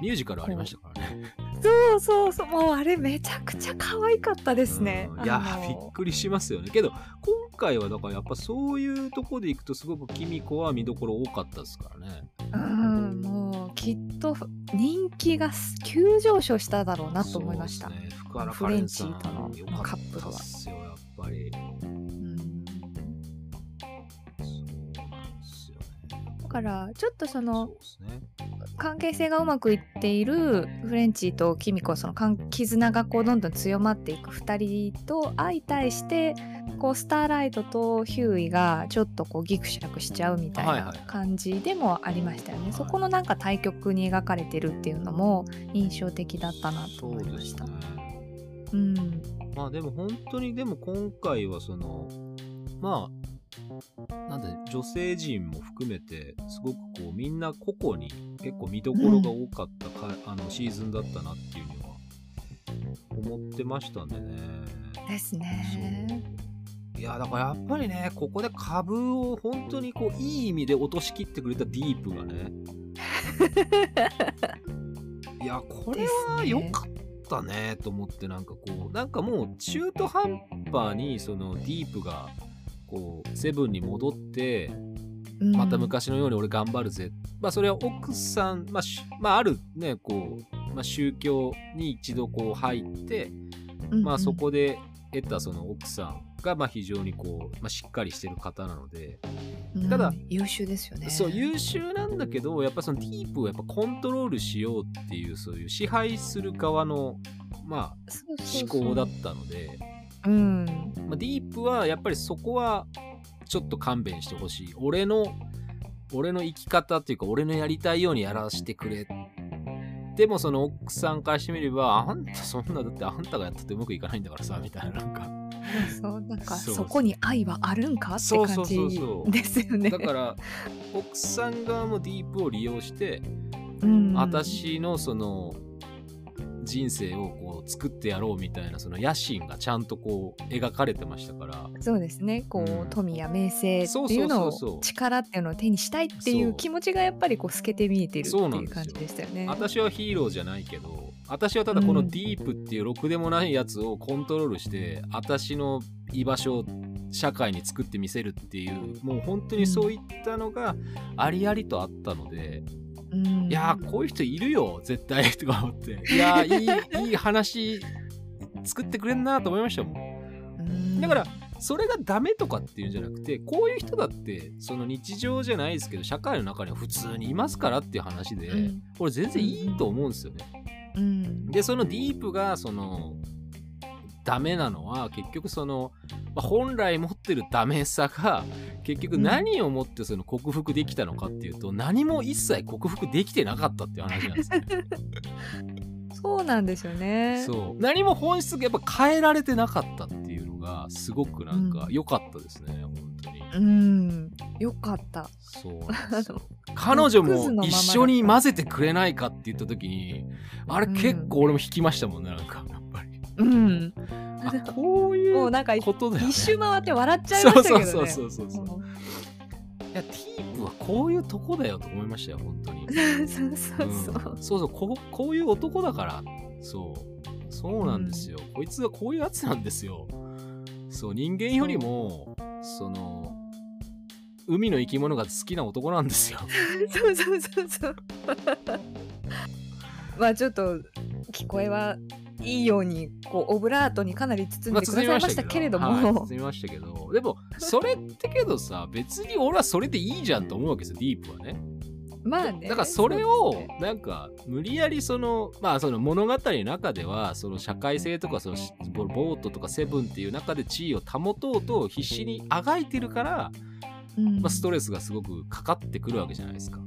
Speaker 1: ミュージカルありましたからね
Speaker 2: そうそうそうもうあれめちゃくちゃ可愛かったですね
Speaker 1: うんいや
Speaker 2: あ
Speaker 1: び
Speaker 2: の
Speaker 1: っくりしますよねけど今回はだからやっぱそういうとこでいくとすごくキミコは見どころ多かったですからね
Speaker 2: うんもうきっと人気が急上昇しただろうなと思いました、
Speaker 1: そうですね福原カレンさん
Speaker 2: フレンチ
Speaker 1: 良
Speaker 2: との
Speaker 1: かった
Speaker 2: カップルは
Speaker 1: っすよやっぱり
Speaker 2: うん
Speaker 1: そうなんですよね。
Speaker 2: だからちょっとそ
Speaker 1: そ
Speaker 2: の
Speaker 1: うですね。
Speaker 2: 関係性がうまくいっているフレンチとキミコその関絆がこうどんどん強まっていく2人と相対してこうスターライトとヒューイがちょっとこうギクシャクしちゃうみたい
Speaker 1: はいは
Speaker 2: ない感じでもありましたよね、
Speaker 1: はい
Speaker 2: そこのなんか対局に描かれてるっていうのも印象的だったなと
Speaker 1: そう
Speaker 2: 思いま
Speaker 1: で
Speaker 2: し
Speaker 1: す
Speaker 2: た。
Speaker 1: ね。
Speaker 2: うん
Speaker 1: まあでも本当にでも今回はそのまあなんで女性陣も含めてすごくこうみんな個々に結構見どころが多かったか、あのシーズンだったなっていうのは思ってましたんでね。
Speaker 2: ですね。
Speaker 1: いやだからやっぱりねここで株を本当にこういい意味で落としきってくれたディープがねいやこれは良かったねと思ってなんかこうなんかもう中途半端にそのディープがこうセブンに戻って
Speaker 2: うん
Speaker 1: また昔のように俺頑張るぜ、まあそれは奥さん、まあ、しまああるねこう、まあ、宗教に一度こう入ってまあそ、こで得たその奥さんがまあ非常にこう、まあ、しっかりしてる方なので、
Speaker 2: うんうん
Speaker 1: ただ
Speaker 2: うん優秀ですよね。
Speaker 1: そう優秀なんだけどやっぱそのディープをやっぱコントロールしようっていうそういう支配する側のま
Speaker 2: そう
Speaker 1: あ
Speaker 2: そう
Speaker 1: 思
Speaker 2: そ
Speaker 1: 考
Speaker 2: う
Speaker 1: だったので
Speaker 2: うん
Speaker 1: まあ、ディープはやっぱりそこはちょっと勘弁してほしい俺の俺の生き方っていうか俺のやりたいようにやらせてくれでもその奥さんからしてみればあんたそんなだってあんたがやったってうまくいかないんだからさみたいななんか
Speaker 2: そうなんか
Speaker 1: そう
Speaker 2: そこに愛はあるんかって
Speaker 1: そうそ
Speaker 2: 感
Speaker 1: うそう
Speaker 2: じ
Speaker 1: そう
Speaker 2: ですよね。
Speaker 1: だから奥さん側もディープを利用して、
Speaker 2: うん
Speaker 1: 私のその人生をこう作ってやろうみたいなその野心がちゃんとこう描かれてましたから
Speaker 2: そうですねこう、
Speaker 1: うん
Speaker 2: 富や名声っていうの
Speaker 1: そうそうそうそ
Speaker 2: を
Speaker 1: う
Speaker 2: 力っていうのを手にしたいってい
Speaker 1: そう
Speaker 2: う気持ちがやっぱりこう透けて見えてるって
Speaker 1: そうないん
Speaker 2: う
Speaker 1: ですよ
Speaker 2: 感じでしたよね。
Speaker 1: 私はヒーローじゃないけど私はただこ
Speaker 2: う
Speaker 1: の
Speaker 2: ん
Speaker 1: ディープっていうろくでもないやつをコントロールして私の居場所を社会に作ってみせるっていうもう本当にそういったのがありありとあったので。
Speaker 2: うん
Speaker 1: いやーこういう人いるよ絶対 とか思っていや ーいいいい話作ってくれんなと思いましたもん
Speaker 2: うん
Speaker 1: だからそれがダメとかっていうんじゃなくてこういう人だってその日常じゃないですけど社会の中には普通にいますからっていう話で、
Speaker 2: うん
Speaker 1: これ全然いいと思うんですよね。
Speaker 2: うん
Speaker 1: でそのディープがそのダメなのは結局そのまあ本来持ってるダメさが結局何をもってその克服できたのかっていうと何も一切克服できてなかったっていう話なんですよね。
Speaker 2: そうなんですよね。
Speaker 1: そう何も本質がやっぱ変えられてなかったっていうのがすごくなんか
Speaker 2: うん
Speaker 1: 良かったですね、本当に
Speaker 2: うん、よかった。
Speaker 1: そうなんですよ 彼女
Speaker 2: クズのま
Speaker 1: も
Speaker 2: まだ
Speaker 1: 一
Speaker 2: った
Speaker 1: 緒に混ぜてくれないかって言った時にあれ
Speaker 2: うん
Speaker 1: 結構俺も引きましたもんねなんかやっぱ り
Speaker 2: うん、
Speaker 1: あこうい
Speaker 2: もう
Speaker 1: う
Speaker 2: なんか
Speaker 1: ことだよ、ね、
Speaker 2: 一周回って笑っちゃい
Speaker 1: そ
Speaker 2: ま
Speaker 1: う
Speaker 2: したけど
Speaker 1: そう
Speaker 2: ね。
Speaker 1: そうそうそうそう
Speaker 2: もう
Speaker 1: いやティープはこういうとこだよと思いましたよ本当に
Speaker 2: そうそうそう。
Speaker 1: ん、そうそうこうこういう男だからそうそうなんですよ、こいつはこういうやつなんですよそう人間よりもその海の生き物が好きな男なんですよ
Speaker 2: そうそうそうそう。まあちょっと聞こえはいいようにこ うオブラートにかなり包んでくださいましたけれど
Speaker 1: まあ
Speaker 2: も、
Speaker 1: 包みましたけどはい包みましたけどでもそれってけどさ別に俺はそれでいいじゃんと思うわけですよディープはね
Speaker 2: まあね。
Speaker 1: だからそれを
Speaker 2: そうですね
Speaker 1: なんか無理やりそのまあその物語の中ではその社会性とかそのしボボートとかセブンっていう中で地位を保とうと必死にあがいてるから、
Speaker 2: うん
Speaker 1: まあ、ストレスがすごくかかってくるわけじゃないですか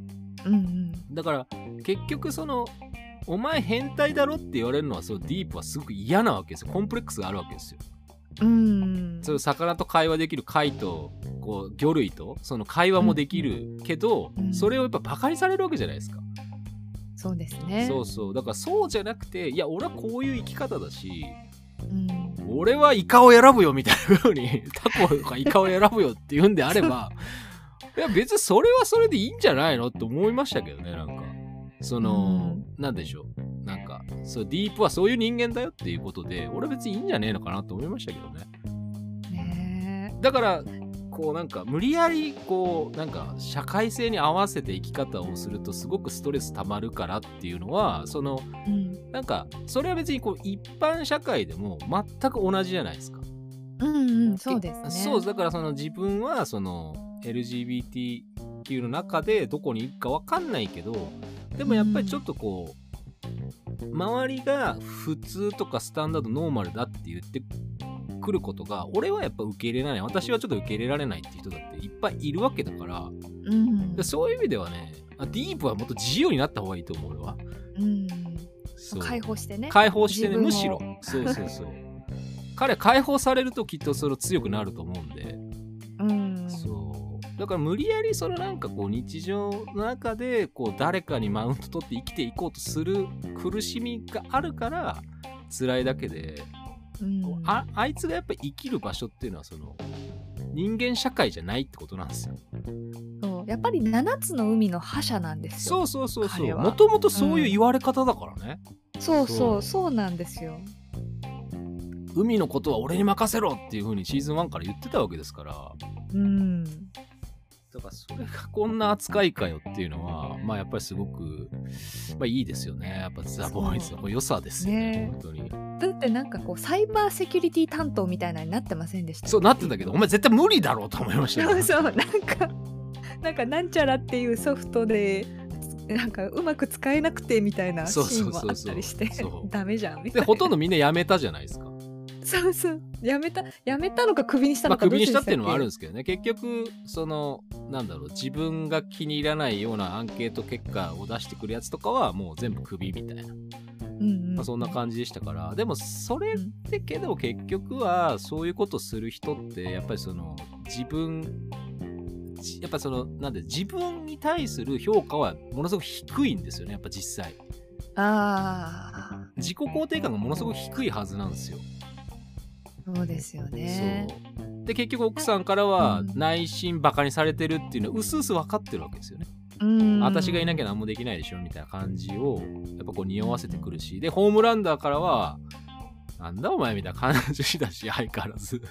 Speaker 2: うんうん
Speaker 1: だから結局そのお前変態だろって言われるのはそのディープはすごく嫌なわけですよコンプレックスがあるわけですよ
Speaker 2: うん
Speaker 1: その魚と会話できる貝とこう魚類とその会話もできるけど、
Speaker 2: うん
Speaker 1: それをやっぱバカにされるわけじゃないですか
Speaker 2: そうですね。
Speaker 1: そうそうだからそうじゃなくていや俺はこういう生き方だし
Speaker 2: うん
Speaker 1: 俺はイカを選ぶよみたいな風に タコとかイカを選ぶよって言うんであればいや別にそれはそれでいいんじゃないのって思いましたけどねなんかその、なんでしょうなんかそうディープはそういう人間だよっていうことで俺は別にいいんじゃねえのかなと思いましたけどね
Speaker 2: ね
Speaker 1: だからこうなんか無理やりこうなんか社会性に合わせて生き方をするとすごくストレスたまるからっていうのはその
Speaker 2: えうん
Speaker 1: なんかそれは別にこう一般社会でも全く同じじゃないですか。
Speaker 2: うんうんそうですね。
Speaker 1: そうだからその自分はその LGBTQ の中でどこに行くかわかんないけどでもやっぱりちょっとこう、周りが普通とかスタンダードノーマルだって言ってくることが俺はやっぱ受け入れられない私はちょっと受け入れられないって人だっていっぱいいるわけだから
Speaker 2: うん
Speaker 1: でそういう意味ではねあディープはもっと自由になった方がいいと思う俺は。
Speaker 2: うん
Speaker 1: そう
Speaker 2: 解放してね。
Speaker 1: 解放してね
Speaker 2: 自分を
Speaker 1: むしろそうそう そう彼解放されるときっとそれ強くなると思うんで、
Speaker 2: うん
Speaker 1: そうだから無理やりそのなんかこう日常の中でこう誰かにマウント取って生きていこうとする苦しみがあるから辛いだけで、
Speaker 2: うん
Speaker 1: ああいつがやっぱり生きる場所っていうのはその人間社会じゃないってことなんですよ
Speaker 2: そうやっぱり七つの海の覇者なんです
Speaker 1: そ
Speaker 2: よ。
Speaker 1: うそうそうそ
Speaker 2: 彼
Speaker 1: う
Speaker 2: は
Speaker 1: もともとそういう言われ方だからね、
Speaker 2: そうそ
Speaker 1: そ
Speaker 2: うそううなんですよ。
Speaker 1: 海のことは俺に任せろっていうふうにシーズン1から言ってたわけですから
Speaker 2: うん
Speaker 1: だからそれがこんな扱いかよっていうのは、まあやっぱりすごく、まあいいですよね。やっぱザ・ボーイズの良さですよね、
Speaker 2: ね
Speaker 1: 本当に。
Speaker 2: だってなんかこうサイバーセキュリティ担当みたいなのになってませんでした
Speaker 1: そうなってたけど、お前絶対無理だろうと思いましたよ
Speaker 2: そうそうなんかなんかなんちゃらっていうソフトでなんかうまく使えなくてみたいなシ
Speaker 1: そうそう
Speaker 2: ー
Speaker 1: そうそう
Speaker 2: ンもあったりして
Speaker 1: そう
Speaker 2: ダメじゃんみ
Speaker 1: で、
Speaker 2: たいな
Speaker 1: ほとんどみんな辞めたじゃないですか。
Speaker 2: そうそうやめたやめたのかクビにした
Speaker 1: まあ
Speaker 2: のか
Speaker 1: ク
Speaker 2: ど
Speaker 1: ビに
Speaker 2: っち
Speaker 1: し
Speaker 2: で
Speaker 1: た
Speaker 2: た
Speaker 1: っていうのはあるん
Speaker 2: っ
Speaker 1: ですけどね、結局、その、なんだろう、自分が気に入らないようなアンケート結果を出してくるやつとかは、もう全部クビみたいな。
Speaker 2: けうんうん
Speaker 1: まあ、そんな感じでしたからでもそれってけど結局はそういうことする人ってやっぱりその自分じやっぱそのなんで自分に対する評価はものすごく低いんですよねやっぱ実際
Speaker 2: あ
Speaker 1: 自己肯定感がものすごく低いはずなんですよ、
Speaker 2: あそうですよね
Speaker 1: そうで結局奥さんからは
Speaker 2: うん
Speaker 1: 内心バカにされてるっていうのはうすうす分かってるわけですよね、
Speaker 2: うん
Speaker 1: 私がいなきゃ何もできないでしょみたいな感じをやっぱこう匂わせてくるしでホームランダーからはなんだお前みたいな感じだし相変わらず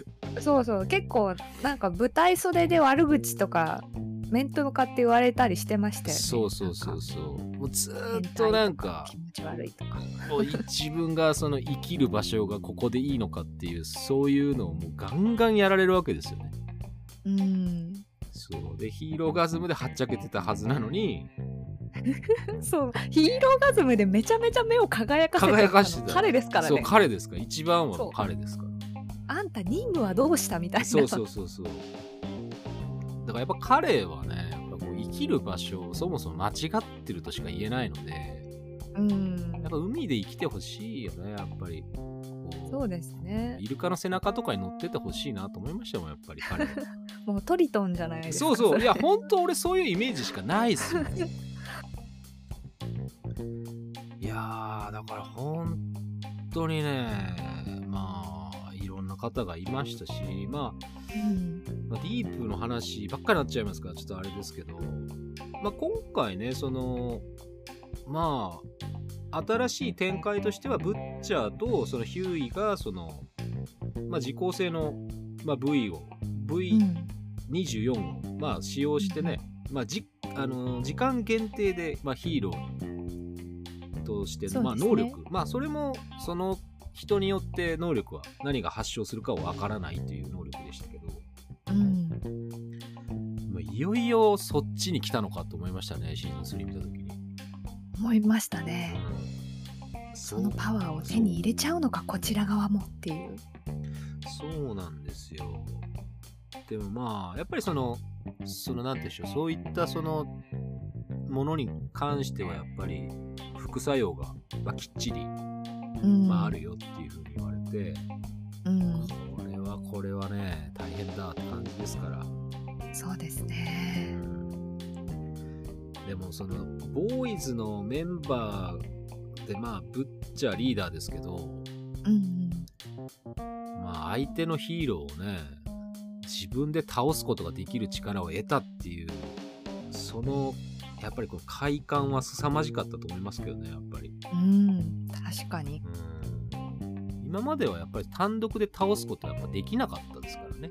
Speaker 2: そうそう結構なんか舞台袖で悪口とか面と向かって言われたりしてましたよね
Speaker 1: そうそうそう
Speaker 2: なんか
Speaker 1: そうもうずーっ
Speaker 2: 変態とか
Speaker 1: となんか
Speaker 2: 気持ち悪いとか
Speaker 1: もうい自分がその生きる場所がここでいいのかっていうそういうのをもうガンガンやられるわけですよね。
Speaker 2: うん
Speaker 1: そうでヒーローガズムではっちゃけてたはずなのに
Speaker 2: そうヒーローガズムでめちゃめちゃ目を輝かせて
Speaker 1: 輝かして
Speaker 2: たの
Speaker 1: た
Speaker 2: 彼ですから
Speaker 1: そう
Speaker 2: ね
Speaker 1: 彼ですから一番は彼ですから。
Speaker 2: あんた任務はどうしたみたいな
Speaker 1: そうそうそうそう。だからやっぱ彼はね、やっぱこう生きる場所をそもそも間違ってるとしか言えないので、
Speaker 2: うん
Speaker 1: やっぱ海で生きてほしいよね、やっぱり。こう
Speaker 2: そうですね
Speaker 1: イルカの背中とかに乗っててほしいなと思いましたもん、やっぱり彼は。
Speaker 2: もうトリトンじゃないですか
Speaker 1: そうそう、
Speaker 2: れ
Speaker 1: いや、本当俺そういうイメージしかないですよ。いやー、だから本当にね、まあ、いろんな方がいましたし、まあ、
Speaker 2: うん
Speaker 1: まあ、ディープの話ばっかりになっちゃいますからちょっとあれですけど、まあ、今回ねそのまあ新しい展開としてはブッチャーとそのヒューイがその、まあ、時効性の、まあ、V を
Speaker 2: う
Speaker 1: V24
Speaker 2: ん
Speaker 1: を、まあ、使用してね、まあ、じあの時間限定で、まあ、ヒーローとしての、まあ、
Speaker 2: そう
Speaker 1: 能
Speaker 2: ですね
Speaker 1: 力、まあ、それもその人によって能力は何が発症するかはわからないという能力でしたけど。
Speaker 2: うん
Speaker 1: まあ、いよいよそっちに来たのかと思いましたねシーズン3見た時に、
Speaker 2: 思いました
Speaker 1: う
Speaker 2: ね
Speaker 1: ん、
Speaker 2: そのパワーを手に入れちゃうのかこちら側もっていう
Speaker 1: そうそうなんですよでもまあやっぱりそのそのなんていうんでしょうそういったそのものに関してはやっぱり副作用が、まあ、きっちり、
Speaker 2: うん
Speaker 1: まあ、あるよっていうふうに言われて、
Speaker 2: うん
Speaker 1: これはこれはね大変だって感じですから
Speaker 2: そうですね
Speaker 1: でもそのボーイズのメンバーでまあブッチャーリーダーですけど
Speaker 2: うん
Speaker 1: まあ相手のヒーローをね自分で倒すことができる力を得たっていうそのやっぱりこの快感は凄まじかったと思いますけどねやっぱり
Speaker 2: うん、うん、確かに
Speaker 1: うん今まではやっぱり単独で倒すことはやっぱできなかったですからね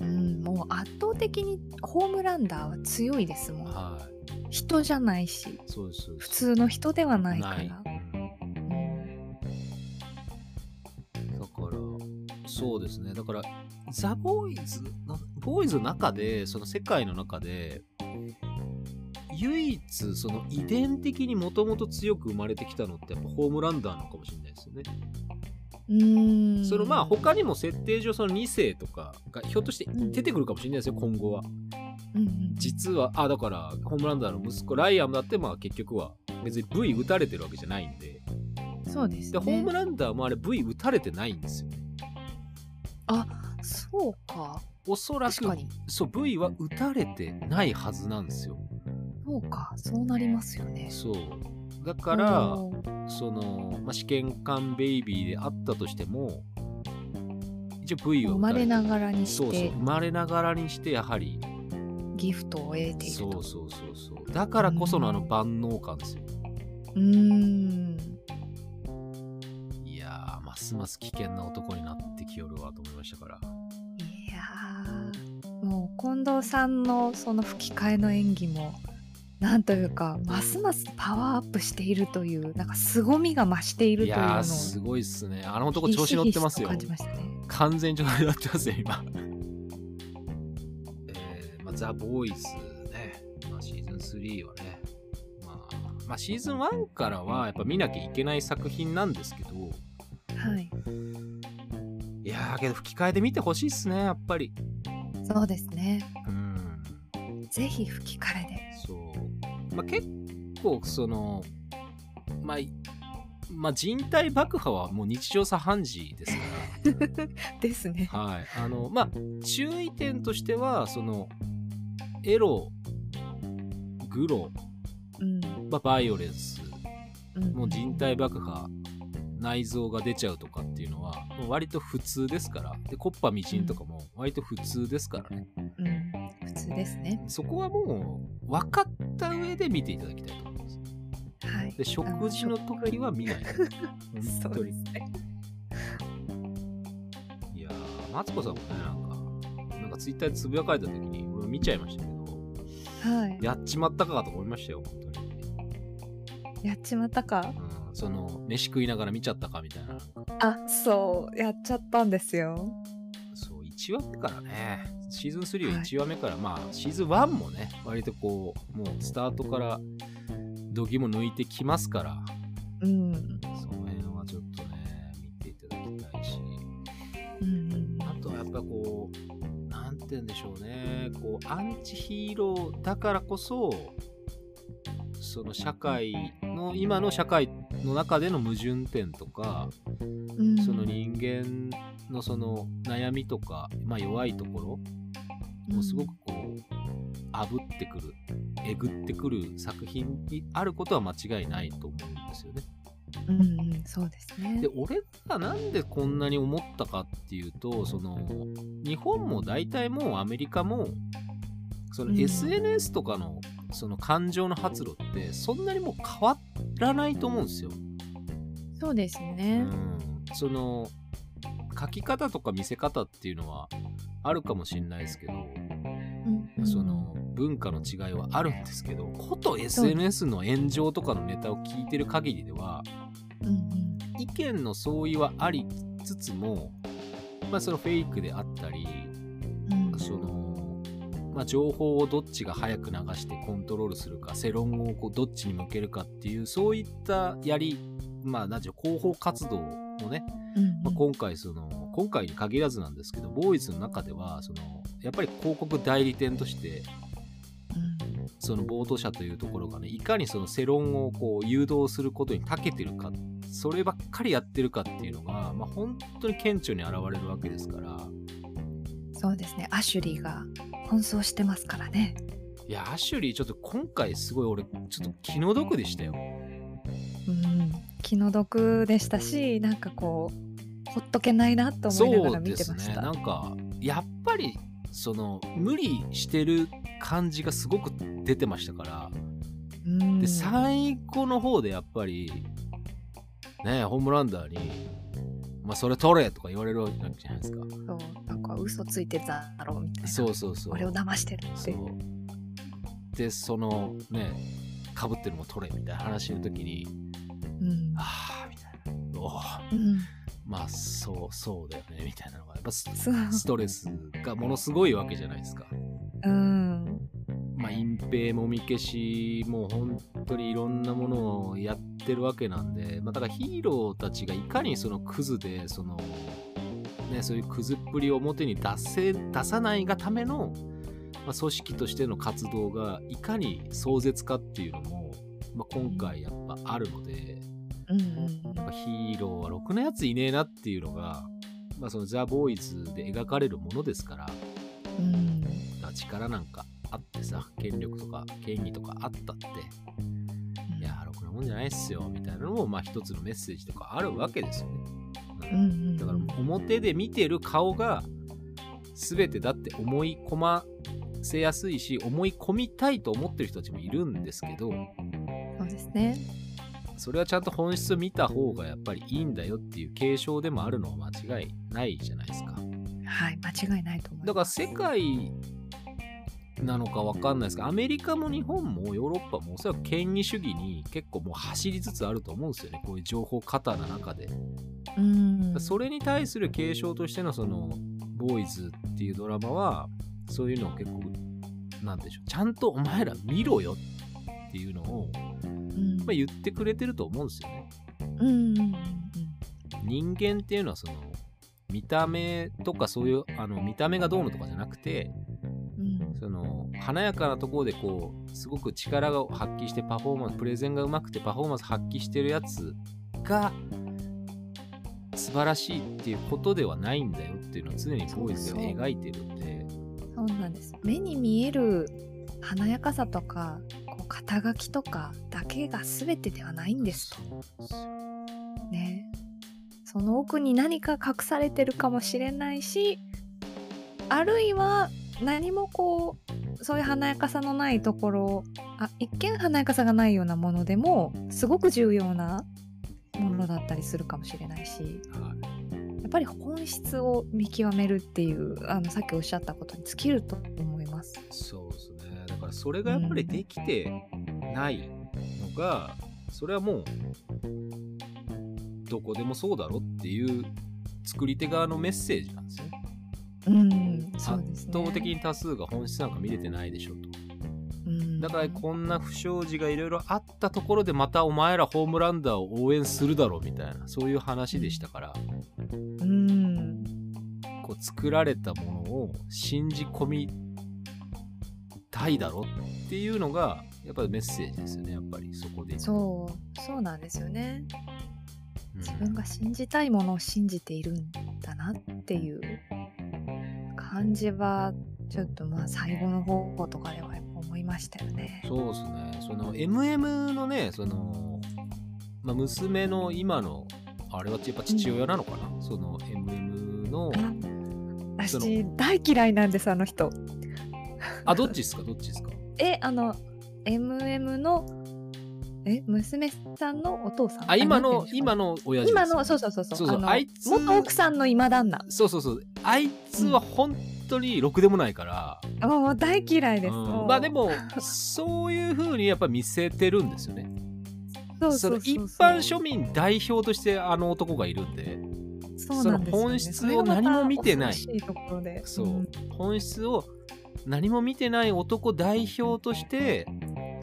Speaker 2: うんもう圧倒的にホームランダーは強いですもん
Speaker 1: はい
Speaker 2: 人じゃないし
Speaker 1: そうですそうで
Speaker 2: 普
Speaker 1: す
Speaker 2: 通の人ではないから
Speaker 1: うんだからそうですねだからザ・ボーイズのボーイズの中でその世界の中で唯一その遺伝的にもともと強く生まれてきたのってやっぱホームランダーなのかもしれないですよね。
Speaker 2: うん
Speaker 1: そのまあ他にも設定上その2世とかがひょっとして
Speaker 2: ん
Speaker 1: 出てくるかもしれないですよ今後は。
Speaker 2: うんうん
Speaker 1: 実はあだからホームランダーの息子ライアムだってまあ結局は別に V 打たれてるわけじゃないんで
Speaker 2: そうです
Speaker 1: で
Speaker 2: ね
Speaker 1: ホームランダーもあれ V 打たれてないんですよ。
Speaker 2: そうか
Speaker 1: おそら
Speaker 2: 確
Speaker 1: く
Speaker 2: かに
Speaker 1: そう V は打たれてないはずなんですよ。
Speaker 2: そうかそうなりますよね
Speaker 1: そうだから
Speaker 2: うん
Speaker 1: その、まあ、試験管ベイビーであったとしても一応 V は打
Speaker 2: 生ま
Speaker 1: た
Speaker 2: れ
Speaker 1: れて
Speaker 2: ながらに
Speaker 1: そう
Speaker 2: し
Speaker 1: そう
Speaker 2: て
Speaker 1: 生まれながらにしてやはり
Speaker 2: ギフトを得ている
Speaker 1: そう
Speaker 2: と
Speaker 1: そうそうそうだからこそのあの万能感ですよ。
Speaker 2: うん
Speaker 1: いやーますます危険な男になってきよるわと思いましたから。
Speaker 2: いやーもう近藤さんのその吹き替えの演技もなんというかますますパワーアップしているというなんか凄みが増してい
Speaker 1: い
Speaker 2: るというのを
Speaker 1: やーすごいっすね。あの男調子乗ってますよ。
Speaker 2: ひしひしと感じましたね
Speaker 1: 完全に上手になってますよ、今。えーまあ、ザ・ボーイズね、まあ、シーズン3はね、まあ、まあ、シーズン1からはやっぱ見なきゃいけない作品なんですけど、
Speaker 2: はい
Speaker 1: いやー、けど吹き替えで見てほしいっすね、やっぱり。
Speaker 2: そうですね
Speaker 1: うん、
Speaker 2: ぜひ吹き替えで
Speaker 1: そう。まあ、結構、その、まあ、いまあ、人体爆破はもう日常茶飯事ですから。
Speaker 2: です ね
Speaker 1: はい、あのまあ注意点としてはそのエログロ、
Speaker 2: うん
Speaker 1: まあ、バイオレンス
Speaker 2: うん
Speaker 1: もう人体爆破内臓が出ちゃうとかっていうのはもう割と普通ですからでコッパみじんとかも割と普通ですからね
Speaker 2: うん普通ですね
Speaker 1: そこはもう分かった上で見ていただきたいと思います
Speaker 2: はい
Speaker 1: で食事の時は見ない本
Speaker 2: そ
Speaker 1: 当
Speaker 2: うで
Speaker 1: に
Speaker 2: すね
Speaker 1: いやーマツコさんもねなんかなんかツイッターでつぶやかれた時に俺も見ちゃいましたけど
Speaker 2: はい
Speaker 1: やっちまったかと思いましたよ本当に
Speaker 2: やっちまったか
Speaker 1: うん、その飯食いながら見ちゃったかみたいな
Speaker 2: あそうやっちゃったんですよ
Speaker 1: そう1話目からねシーズン3は1話目から、まあシーズン1もね割とこうもうスタートから度肝抜いてきますから
Speaker 2: うん
Speaker 1: その辺はちょっとね見ていただきたいし
Speaker 2: うん
Speaker 1: あとはやっぱこうなんて言うんでしょうねこうアンチヒーローだからこそその社会の今の社会の中での矛盾点とか
Speaker 2: うん
Speaker 1: その人間のその悩みとか、まあ、弱いところをすごくこう炙ってくるえぐってくる作品にあることは間違いないと思うんですよね。
Speaker 2: うん、うん、そうですね
Speaker 1: で俺がなんでこんなに思ったかっていうとその日本も大体もうアメリカもその
Speaker 2: うん
Speaker 1: SNS とかのその感情の発露ってそんなにもう変わらないと思うんですよ。
Speaker 2: そうですね
Speaker 1: うんその書き方とか見せ方っていうのはあるかもしれないですけど、
Speaker 2: うんうん
Speaker 1: その文化の違いはあるんですけどこと SNS の炎上とかのネタを聞いてる限りでは
Speaker 2: うんうん
Speaker 1: 意見の相違はありつつも、まあ、そのフェイクであったり
Speaker 2: うん
Speaker 1: その、まあ、情報をどっちが早く流してコントロールするか世論をこうどっちに向けるかっていうそういったやりまあ何ていうの広報活動をね
Speaker 2: うん
Speaker 1: まあ、今回その今回に限らずなんですけどボーイズの中ではそのやっぱり広告代理店として
Speaker 2: うん
Speaker 1: その冒頭者というところがねいかにその世論をこう誘導することに長けてるかそればっかりやってるかっていうのが、まあ、本当に顕著に現れるわけですから
Speaker 2: そうですねアシュリーが奔走してますからね
Speaker 1: いやアシュリーちょっと今回すごい俺ちょっと気の毒でしたよ。
Speaker 2: うん気の毒でしたしなんかこうほっとけないなと思いながら見てまし
Speaker 1: ね
Speaker 2: た
Speaker 1: なんかやっぱりその無理してる感じがすごく出てましたから。
Speaker 2: うん
Speaker 1: で最後の方でやっぱりねホームランダーに「まあ、それ取れ!」とか言われるわけじゃないですか
Speaker 2: そうなんか嘘ついてただろうみたいな
Speaker 1: そうそうそう
Speaker 2: 俺を騙してるっ
Speaker 1: そ
Speaker 2: て
Speaker 1: うでそのねかぶってるのも取れみたいな話の時に
Speaker 2: うん
Speaker 1: 「ああ」みたいな「おー
Speaker 2: うん
Speaker 1: まあそうそうだよね」みたいなのがやっぱス
Speaker 2: そう
Speaker 1: ストレスがものすごいわけじゃないですか。
Speaker 2: うん
Speaker 1: まあ、隠蔽もみ消しもう本当にいろんなものをやってるわけなんで、まあ、だからヒーローたちがいかにそのクズでその、ね、そういうクズっぷりを表に出せ出さないがための、まあ、組織としての活動がいかに壮絶かっていうのも、まあ、今回やっぱあるので
Speaker 2: うんうん
Speaker 1: やっぱヒーローはろくなやついねえなっていうのが、まあ、そのザ・ボーイズで描かれるものですから。
Speaker 2: うん
Speaker 1: が力なんかあってさ権力とか権威とかあったっていやろくなもんじゃないっすよみたいなのもまあ一つのメッセージとかあるわけですよね、
Speaker 2: うんうん
Speaker 1: だからもう表で見てる顔が全てだって思い込ませやすいし思い込みたいと思ってる人たちもいるんですけど
Speaker 2: そうですね
Speaker 1: それはちゃんと本質を見た方がやっぱりいいんだよっていう継承でもあるのは間違いないじゃないですか
Speaker 2: はい間違いないと思い
Speaker 1: だから
Speaker 2: ます
Speaker 1: 世界なのかわかんないですけどアメリカも日本もヨーロッパもおそらく権威主義に結構もう走りつつあると思うんですよねこういう情報過多な中で
Speaker 2: うん
Speaker 1: それに対する継承としてのその「ボーイズ」っていうドラマはそういうのを結構なんでしょうちゃんとお前ら見ろよっていうのを、
Speaker 2: うん
Speaker 1: まあ、言ってくれてると思うんですよね
Speaker 2: うんうんうん
Speaker 1: 人間っていうのはその見た目とかそういうあの見た目がどうのとかじゃなくて
Speaker 2: うんうん
Speaker 1: その華やかなところでこうすごく力を発揮してパフォーマンスプレゼンがうまくてパフォーマンス発揮してるやつが素晴らしいっていうことではないんだよっていうのを常にボーイズが描いてるんで
Speaker 2: そうなんです目に見える華やかさとかこう肩書きとかだけが全てではないんですとねその奥に何か隠されてるかもしれないしあるいは何もこうそういう華やかさのないところあ一見華やかさがないようなものでもすごく重要なものだったりするかもしれないし
Speaker 1: はい
Speaker 2: やっぱり本質を見極めるっていうあのさっきおっしゃったことに尽きると思います。
Speaker 1: そうですねだからそれがやっぱりできてないのがそれはもうどこでもそうだろっていう作り手側のメッセージなんですね。
Speaker 2: うん、そうで
Speaker 1: 圧
Speaker 2: すね。
Speaker 1: 倒的に多数が本質なんか見れてないでしょと。
Speaker 2: うん。
Speaker 1: だからこんな不祥事がいろいろあったところでまたお前らホームランダーを応援するだろうみたいなそういう話でしたから
Speaker 2: うん。
Speaker 1: こう作られたものを信じ込みたいだろっていうのがやっぱりメッセージですよねやっぱりそこで
Speaker 2: そう、そうなんですよね。
Speaker 1: うん
Speaker 2: 自分が信じたいものを信じているんだなっていう感じはちょっとまあ最後の方とかではやっぱ思いましたよね。
Speaker 1: そうですねその MM のねその、まあ、娘の今のあれはやっぱ父親なのかな、その MM の
Speaker 2: あ
Speaker 1: その
Speaker 2: 私大嫌いなんですあの人。
Speaker 1: あどっちですかどっちですか
Speaker 2: えあの MM のえ娘さんのお父さん
Speaker 1: あ今の
Speaker 2: 今
Speaker 1: 今
Speaker 2: の
Speaker 1: の親父です
Speaker 2: 今のそうそうそうそう
Speaker 1: そうそう
Speaker 2: あの
Speaker 1: あいつ
Speaker 2: 元奥さんの今旦那
Speaker 1: そうそうそうあいつは本当にろくでもないから、
Speaker 2: あもう大嫌いです、
Speaker 1: うん
Speaker 2: う
Speaker 1: まあでもそういうふうにやっぱ見せてるんですよね
Speaker 2: そう
Speaker 1: そ
Speaker 2: そう
Speaker 1: の
Speaker 2: そう
Speaker 1: 一
Speaker 2: そう
Speaker 1: 般庶民代表としてあの男がいるんで
Speaker 2: そうなん
Speaker 1: そ
Speaker 2: ですよね
Speaker 1: の本質を何も見てない
Speaker 2: それがまた恐ろしいところで
Speaker 1: そう、
Speaker 2: ん
Speaker 1: 本質を何も見てない男代表として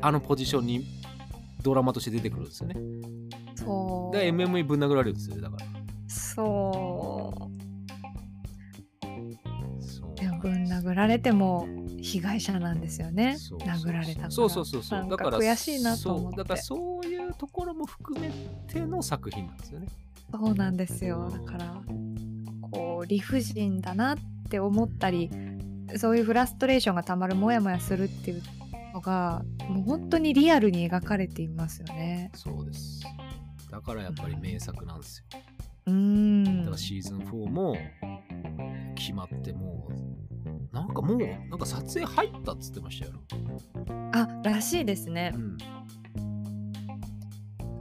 Speaker 1: あのポジションにドラマとして出てくるんですよね
Speaker 2: そう
Speaker 1: だから MM にぶん殴られるんですよねだからそう
Speaker 2: そう。でもぶん殴られても被害者なんですよね。
Speaker 1: そうそうそう
Speaker 2: 殴られたから。
Speaker 1: そうそうそうそう
Speaker 2: なん
Speaker 1: だ
Speaker 2: か
Speaker 1: から
Speaker 2: 悔しいなと思って。
Speaker 1: そうだからそういうところも含めての作品なんですよね
Speaker 2: そうなんですよ。だからこう理不尽だなって思ったり、そういうフラストレーションがたまるモヤモヤするっていうのがもう本当にリアルに描かれていますよね。
Speaker 1: そうですだからやっぱり名作なんですよ
Speaker 2: うー
Speaker 1: だ
Speaker 2: ん。
Speaker 1: からシーズン4も決まってもうなんかもうなんか撮影入ったっつってましたよ、
Speaker 2: あらしいですね
Speaker 1: う。ん、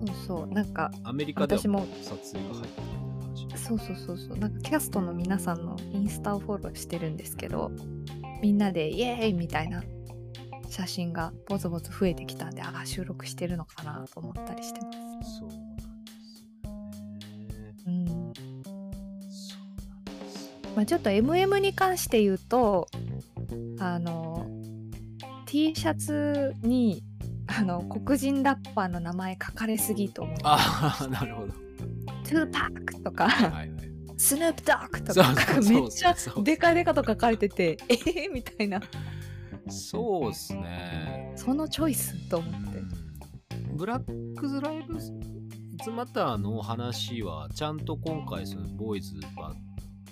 Speaker 2: そうそうなんか
Speaker 1: アメリカでは
Speaker 2: 私も
Speaker 1: 撮影が入ったみたいな話
Speaker 2: そうそうそうそうなんかキャストの皆さんのインスタをフォローしてるんですけどみんなでイエーイみたいな写真がぼつぼつ増えてきたんでああ収録してるのかなと思ったりしてます。
Speaker 1: そうなんですよね
Speaker 2: うん
Speaker 1: そうなんです よ
Speaker 2: まあ、ちょっと MM に関して言うとあの T シャツにあの黒人ラッパーの名前書かれすぎと思う
Speaker 1: ああなるほど
Speaker 2: 「トゥーパック」とか
Speaker 1: はいはい
Speaker 2: 「スヌープドッグ」と
Speaker 1: そう
Speaker 2: か
Speaker 1: そうそうそう
Speaker 2: めっちゃでかいでかと書かれてて「ええみたいな
Speaker 1: そうですね
Speaker 2: そのチョイスと
Speaker 1: う
Speaker 2: 思って。
Speaker 1: んブラックズライブズマターの話はちゃんと今回そのボーイズは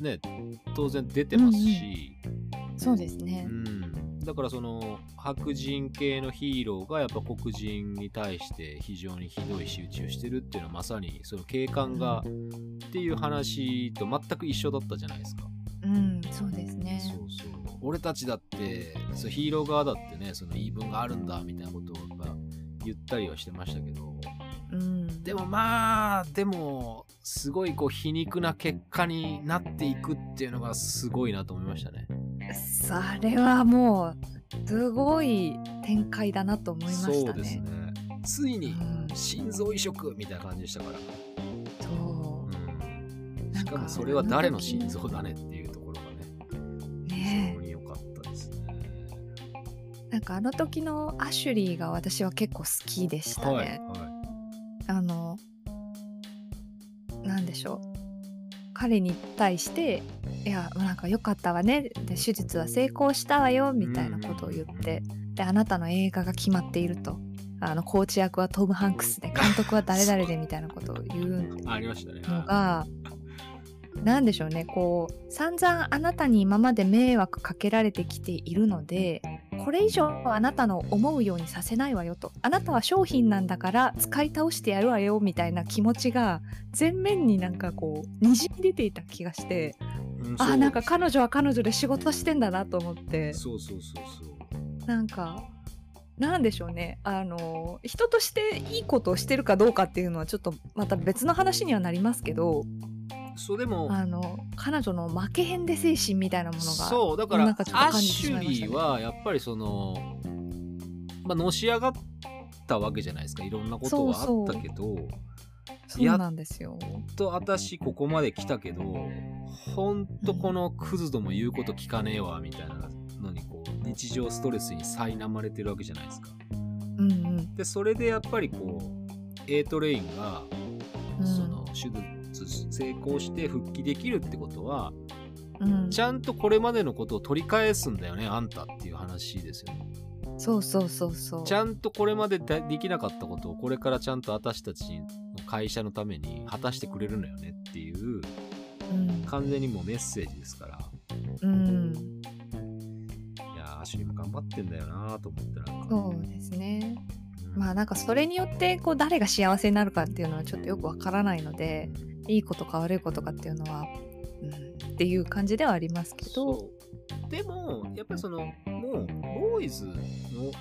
Speaker 1: ね当然出てますし、
Speaker 2: そうですね
Speaker 1: う。ん、だからその白人系のヒーローがやっぱ黒人に対して非常にひどい仕打ちをしてるっていうのはまさにその警官がっていう話と全く一緒だったじゃないですか。
Speaker 2: うん、そうですね。
Speaker 1: そうそう俺たちだってそうヒーロー側だってねその言い分があるんだみたいなことをやっぱ言ったりはしてましたけど
Speaker 2: うん。
Speaker 1: でもまあでもすごいこう皮肉な結果になっていくっていうのがすごいなと思いましたね。
Speaker 2: それはもうすごい展開だなと思いましたね。
Speaker 1: そうですね。ついに
Speaker 2: うん
Speaker 1: 心臓移植みたいな感じでしたから、、
Speaker 2: そううん
Speaker 1: しかもそれは誰の心臓だねっていうところがね
Speaker 2: う
Speaker 1: 非
Speaker 2: ね
Speaker 1: 常に良かったですね
Speaker 2: えなんかあの時のアシュリーが私は結構好きでしたね。
Speaker 1: はいは
Speaker 2: あのなんでしょう彼に対して「いやなんか良かったわね」で「手術は成功したわよ」みたいなことを言ってで「あなたの映画が決まっていると」あのコーチ役はトム・ハンクスで監督は誰々でみたいなことを言う
Speaker 1: いありましたね
Speaker 2: のがなんでしょうねこう散々あなたに今まで迷惑かけられてきているのでこれ以上あなたの思うようにさせないわよとあなたは商品なんだから使い倒してやるわよみたいな気持ちが前面になんかこうにじみ出ていた気がして
Speaker 1: うん
Speaker 2: あ
Speaker 1: そ
Speaker 2: ー
Speaker 1: う
Speaker 2: なんか彼女は彼女で仕事してんだなと思って
Speaker 1: そうそうそうそう
Speaker 2: なんか。なんでしょうねあの人としていいことをしてるかどうかっていうのはちょっとまた別の話にはなりますけど、
Speaker 1: そうでも
Speaker 2: あの彼女の負けへんで精神みたいなものが
Speaker 1: そうだから
Speaker 2: なんかちょっと
Speaker 1: ア
Speaker 2: 感じて
Speaker 1: シ
Speaker 2: し
Speaker 1: ュ
Speaker 2: まいまし
Speaker 1: リ
Speaker 2: た
Speaker 1: ー
Speaker 2: ね
Speaker 1: はやっぱりその、まあ、のし上がっったわけじゃないですかいろんなこと
Speaker 2: そう
Speaker 1: は
Speaker 2: そ
Speaker 1: あ
Speaker 2: う
Speaker 1: ったけど
Speaker 2: そうなんですよ。
Speaker 1: ほんと私ここまで来たけどほんとこのクズども言うこと聞かねえわみたいなのにこう日常ストレスに苛まれてるわけじゃないですか。
Speaker 2: うんうん
Speaker 1: でそれでやっぱりこう A トレインが
Speaker 2: うん
Speaker 1: その手術成功して復帰できるってことは
Speaker 2: うん
Speaker 1: ちゃんとこれまでのことを取り返すんだよねあんたっていう話ですよね。
Speaker 2: そうそうそうそう。
Speaker 1: ちゃんとこれまででできなかったことをこれからちゃんと私たちの会社のために果たしてくれるのよねっていう
Speaker 2: うん
Speaker 1: 完全にもうメッセージですから
Speaker 2: うん、
Speaker 1: いやーアシュリーも頑張ってんだよなーと思ってなんか、
Speaker 2: そうですね。
Speaker 1: うん
Speaker 2: まあなんかそれによってこう誰が幸せになるかっていうのはちょっとよくわからないので
Speaker 1: うん
Speaker 2: いいことか悪いことかっていうのは、うん、っていう感じではありますけど
Speaker 1: そうでもやっぱりそのもうボーイズの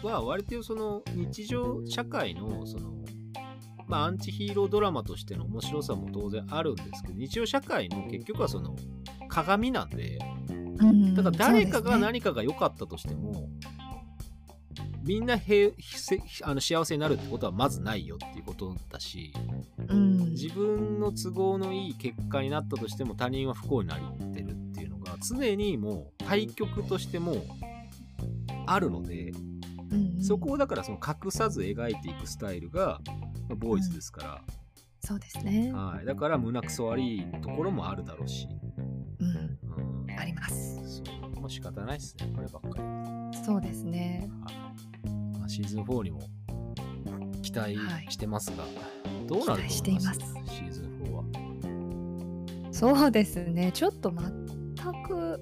Speaker 1: は割とその日常社会のそのまあアンチヒーロードラマとしての面白さも当然あるんですけど日常社会の結局はその鏡なんで
Speaker 2: うん
Speaker 1: だから誰かが
Speaker 2: そうですね
Speaker 1: 何かが良かったとしても、みんな平せあの幸せになるってことはまずないよっていうことだし
Speaker 2: うん
Speaker 1: 自分の都合のいい結果になったとしても他人は不幸になってるっていうのが常にもう対局としてもうあるので
Speaker 2: うんうん
Speaker 1: そこをだからその隠さず描いていくスタイルがまあボーイズですから、
Speaker 2: そうですね、
Speaker 1: はい、だから胸くそ悪いところもあるだろうし、
Speaker 2: う
Speaker 1: う
Speaker 2: ん、
Speaker 1: ん、
Speaker 2: あります
Speaker 1: そうもう仕方ないですねこればっかり。
Speaker 2: そうですね
Speaker 1: まあシーズン4にも期待してますが、どうなると思います
Speaker 2: 期待しています
Speaker 1: シーズン4は。
Speaker 2: そうですねちょっと全く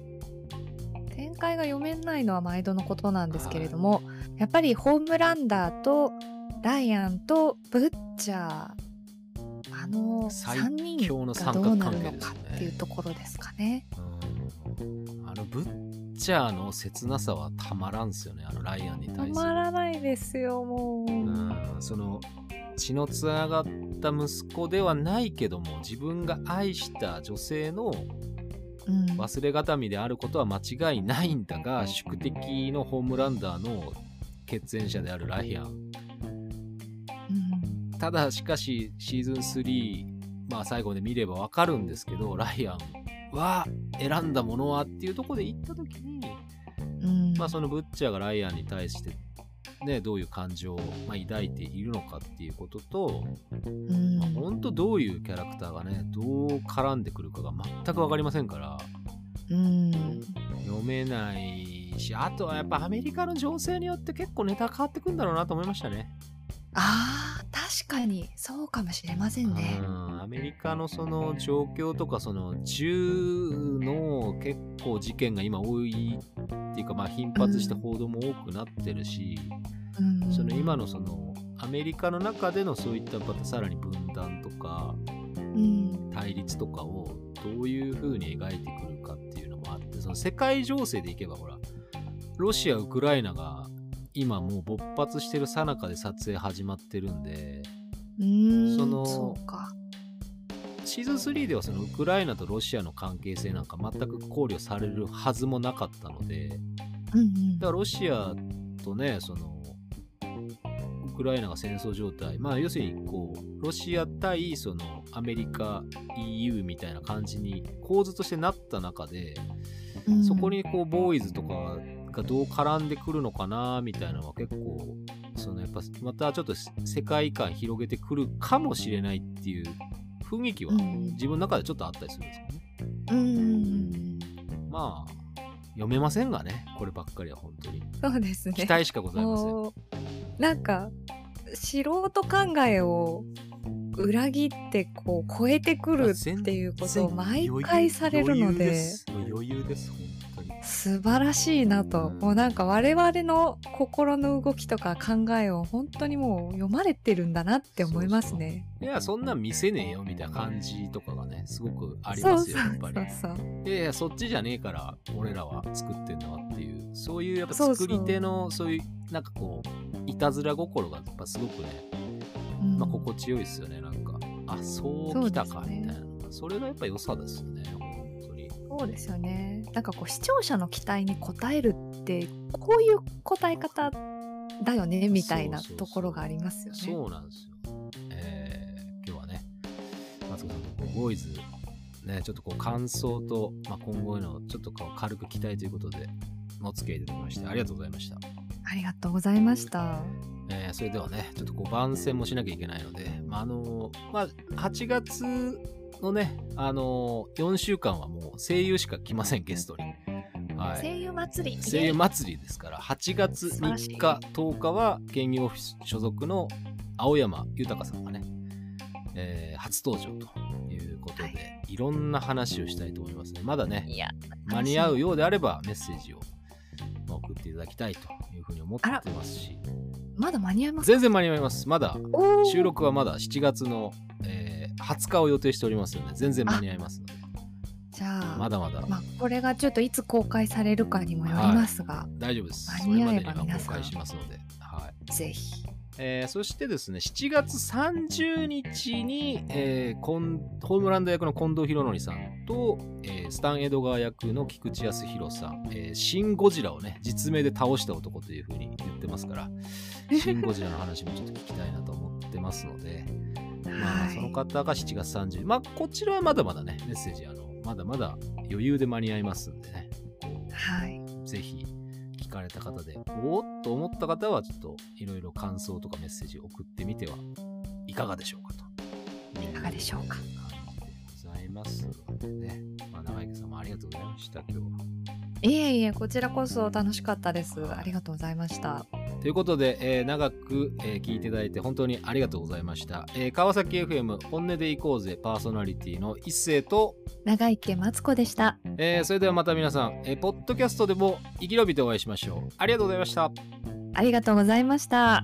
Speaker 2: 展開が読めないのは毎度のことなんですけれども、やっぱりホームランダーとライアンとブッチャーあの
Speaker 1: 最
Speaker 2: 3
Speaker 1: 強の
Speaker 2: 人が
Speaker 1: 三
Speaker 2: ど
Speaker 1: 角
Speaker 2: うな
Speaker 1: 関
Speaker 2: る
Speaker 1: 係
Speaker 2: の
Speaker 1: です
Speaker 2: か
Speaker 1: ね
Speaker 2: っていうところですかね。
Speaker 1: うんあのブッチャーの切なさはたまらんすよね、あのライアンに
Speaker 2: た
Speaker 1: 対す
Speaker 2: ま
Speaker 1: る。
Speaker 2: らないですよもう。
Speaker 1: うん、その血のつながった息子ではないけども自分が愛した女性の
Speaker 2: うん
Speaker 1: 忘れがたみであることは間違いないんだが宿敵のホームランダーの血縁者であるライアン
Speaker 2: うん
Speaker 1: ただしかしシーズン3、まあ、最後で見ればわかるんですけどライアンは選んだものはっていうところで行った時に、
Speaker 2: うん
Speaker 1: まあ、そのブッチャーがライアンに対して、ね、どういう感情を、まあ、抱いているのかっていうことと、
Speaker 2: うん
Speaker 1: まあ、本当どういうキャラクターがねどう絡んでくるかが全く分かりませんから
Speaker 2: うん
Speaker 1: 読めないしあとはやっぱアメリカの情勢によって結構ネタ変わってくんだろうなと思いましたね。
Speaker 2: あー確かにそうかもしれませんね
Speaker 1: う。んアメリカのその状況とかその銃の結構事件が今多いっていうかまあ頻発して報道も多くなってるし、
Speaker 2: うん
Speaker 1: その今のそのアメリカの中でのそういったまたさらに分断とか
Speaker 2: うん
Speaker 1: 対立とかをどういう風に描いてくるかっていうのもあってその世界情勢でいけばほらロシアウクライナが今もう勃発してる最中で撮影始まってるんで
Speaker 2: うん
Speaker 1: その
Speaker 2: そうか。
Speaker 1: シーズン3ではそのウクライナとロシアの関係性なんか全く考慮されるはずもなかったので
Speaker 2: うんうん
Speaker 1: だからロシアとねそのウクライナが戦争状態まあ要するにこうロシア対そのアメリカ EU みたいな感じに構図としてなった中で
Speaker 2: うん
Speaker 1: そこにこうボーイズとかがどう絡んでくるのかなみたいなのは結構そのやっぱまたちょっと世界観広げてくるかもしれないっていう雰囲気は
Speaker 2: うん
Speaker 1: 自分の中でちょっとあったりするんですよね。
Speaker 2: うんうん
Speaker 1: まあ読めませんがねこればっかりは本当に
Speaker 2: そうですね。
Speaker 1: 期待しかございません。
Speaker 2: もうなんか素人考えを裏切ってこう超えてくるっていうことを毎回されるので
Speaker 1: 余裕です本
Speaker 2: 素晴らしいなと、
Speaker 1: うん
Speaker 2: もうなんか我々の心の動きとか考えを本当にもう読まれてるんだなって思いますね。
Speaker 1: 当にいやそんなん見せねえよみたいな感じとかがねすごくありますよやっぱり
Speaker 2: そうそう
Speaker 1: いやいやそっちじゃねえから俺らは作ってんのはっていうそういうやっぱ
Speaker 2: そうそ
Speaker 1: 作
Speaker 2: う
Speaker 1: り手のそういうなんかこういたずら心がやっぱすごくね、
Speaker 2: そう。うん
Speaker 1: まあ、心地よいですよねなんかあそうきたか
Speaker 2: そうです
Speaker 1: み
Speaker 2: ね
Speaker 1: たいなそ,、れがやっぱ良さですよね本当に
Speaker 2: そうですよね。なんかこう視聴者の期待に応えるってこういう答え方だよねみたいな
Speaker 1: そうそうそう
Speaker 2: ところがありますよね。
Speaker 1: そうなんですよ。えー、今日はね、マツコさんとボーイズ、ね、ちょっとこう感想と、まあ、今後へのちょっとこう軽く期待ということで、お付き合いいただきまして、ありがとうございました。
Speaker 2: ありがとうございました。
Speaker 1: えーそれではね、ちょっとこう番宣もしなきゃいけないので、まあ、あのーまあ、8月のね、あのー4週間はもう声優しか来ません、ゲストに。はい。
Speaker 2: 声優祭り
Speaker 1: 声優祭りですから、8月
Speaker 2: 素晴らし
Speaker 1: 3
Speaker 2: い
Speaker 1: 日、10日は、県議オフィス所属の青山豊さんがね、えー初登場ということで、、
Speaker 2: はい
Speaker 1: ろんな話をしたいと思いますね。まだね、
Speaker 2: いや
Speaker 1: 間に合うようであれば、メッセージをまあ送っていただきたいというふうに思ってますし、
Speaker 2: まだ間に合います
Speaker 1: 全然間に合います。まだ
Speaker 2: おー
Speaker 1: 収録はまだ7月の、えー20日を予定しておりますので、全然間に合いますので、
Speaker 2: じゃあ
Speaker 1: まだまだ
Speaker 2: まあ、これがちょっといつ公開されるかにもよりますが、
Speaker 1: 大丈夫です。そ
Speaker 2: 間
Speaker 1: れまで
Speaker 2: に合え
Speaker 1: に
Speaker 2: ば
Speaker 1: は
Speaker 2: 皆
Speaker 1: 公
Speaker 2: さん
Speaker 1: 開しますので、はい
Speaker 2: ぜひ
Speaker 1: えーそしてですね、7月30日に、えーコンホームランド役の近藤博則さんと、えースタン・エドガー役の菊池康弘さん、えーシン・ゴジラをね、実名で倒した男というふうに言ってますから、シン・ゴジラの話もちょっと聞きたいなと思ってますので、まあ、
Speaker 2: はい
Speaker 1: その方が7月30日。まあ、こちらはまだまだね、メッセージ、あの、まだまだ余裕で間に合いますんでね、こ
Speaker 2: はい、
Speaker 1: うぜひ聞かれた方で、おおっと思った方は、ちょっといろいろ感想とかメッセージ送ってみてはいかがでしょうかと。い
Speaker 2: いかがでしょうか
Speaker 1: 感じでございますのでね。まあ、長池さんもありがとうございました、今日は。
Speaker 2: いえいえこちらこそ楽しかったですありがとうございました
Speaker 1: ということで、えー長く、えー聞いていただいて本当にありがとうございました。えー川崎 FM 本音でいこうぜパーソナリティの一斉と、
Speaker 2: 長池マツコでした
Speaker 1: えーそれではまた皆さん、えーポッドキャストでも生き延びてお会いしましょう。ありがとうございました。
Speaker 2: ありがとうございました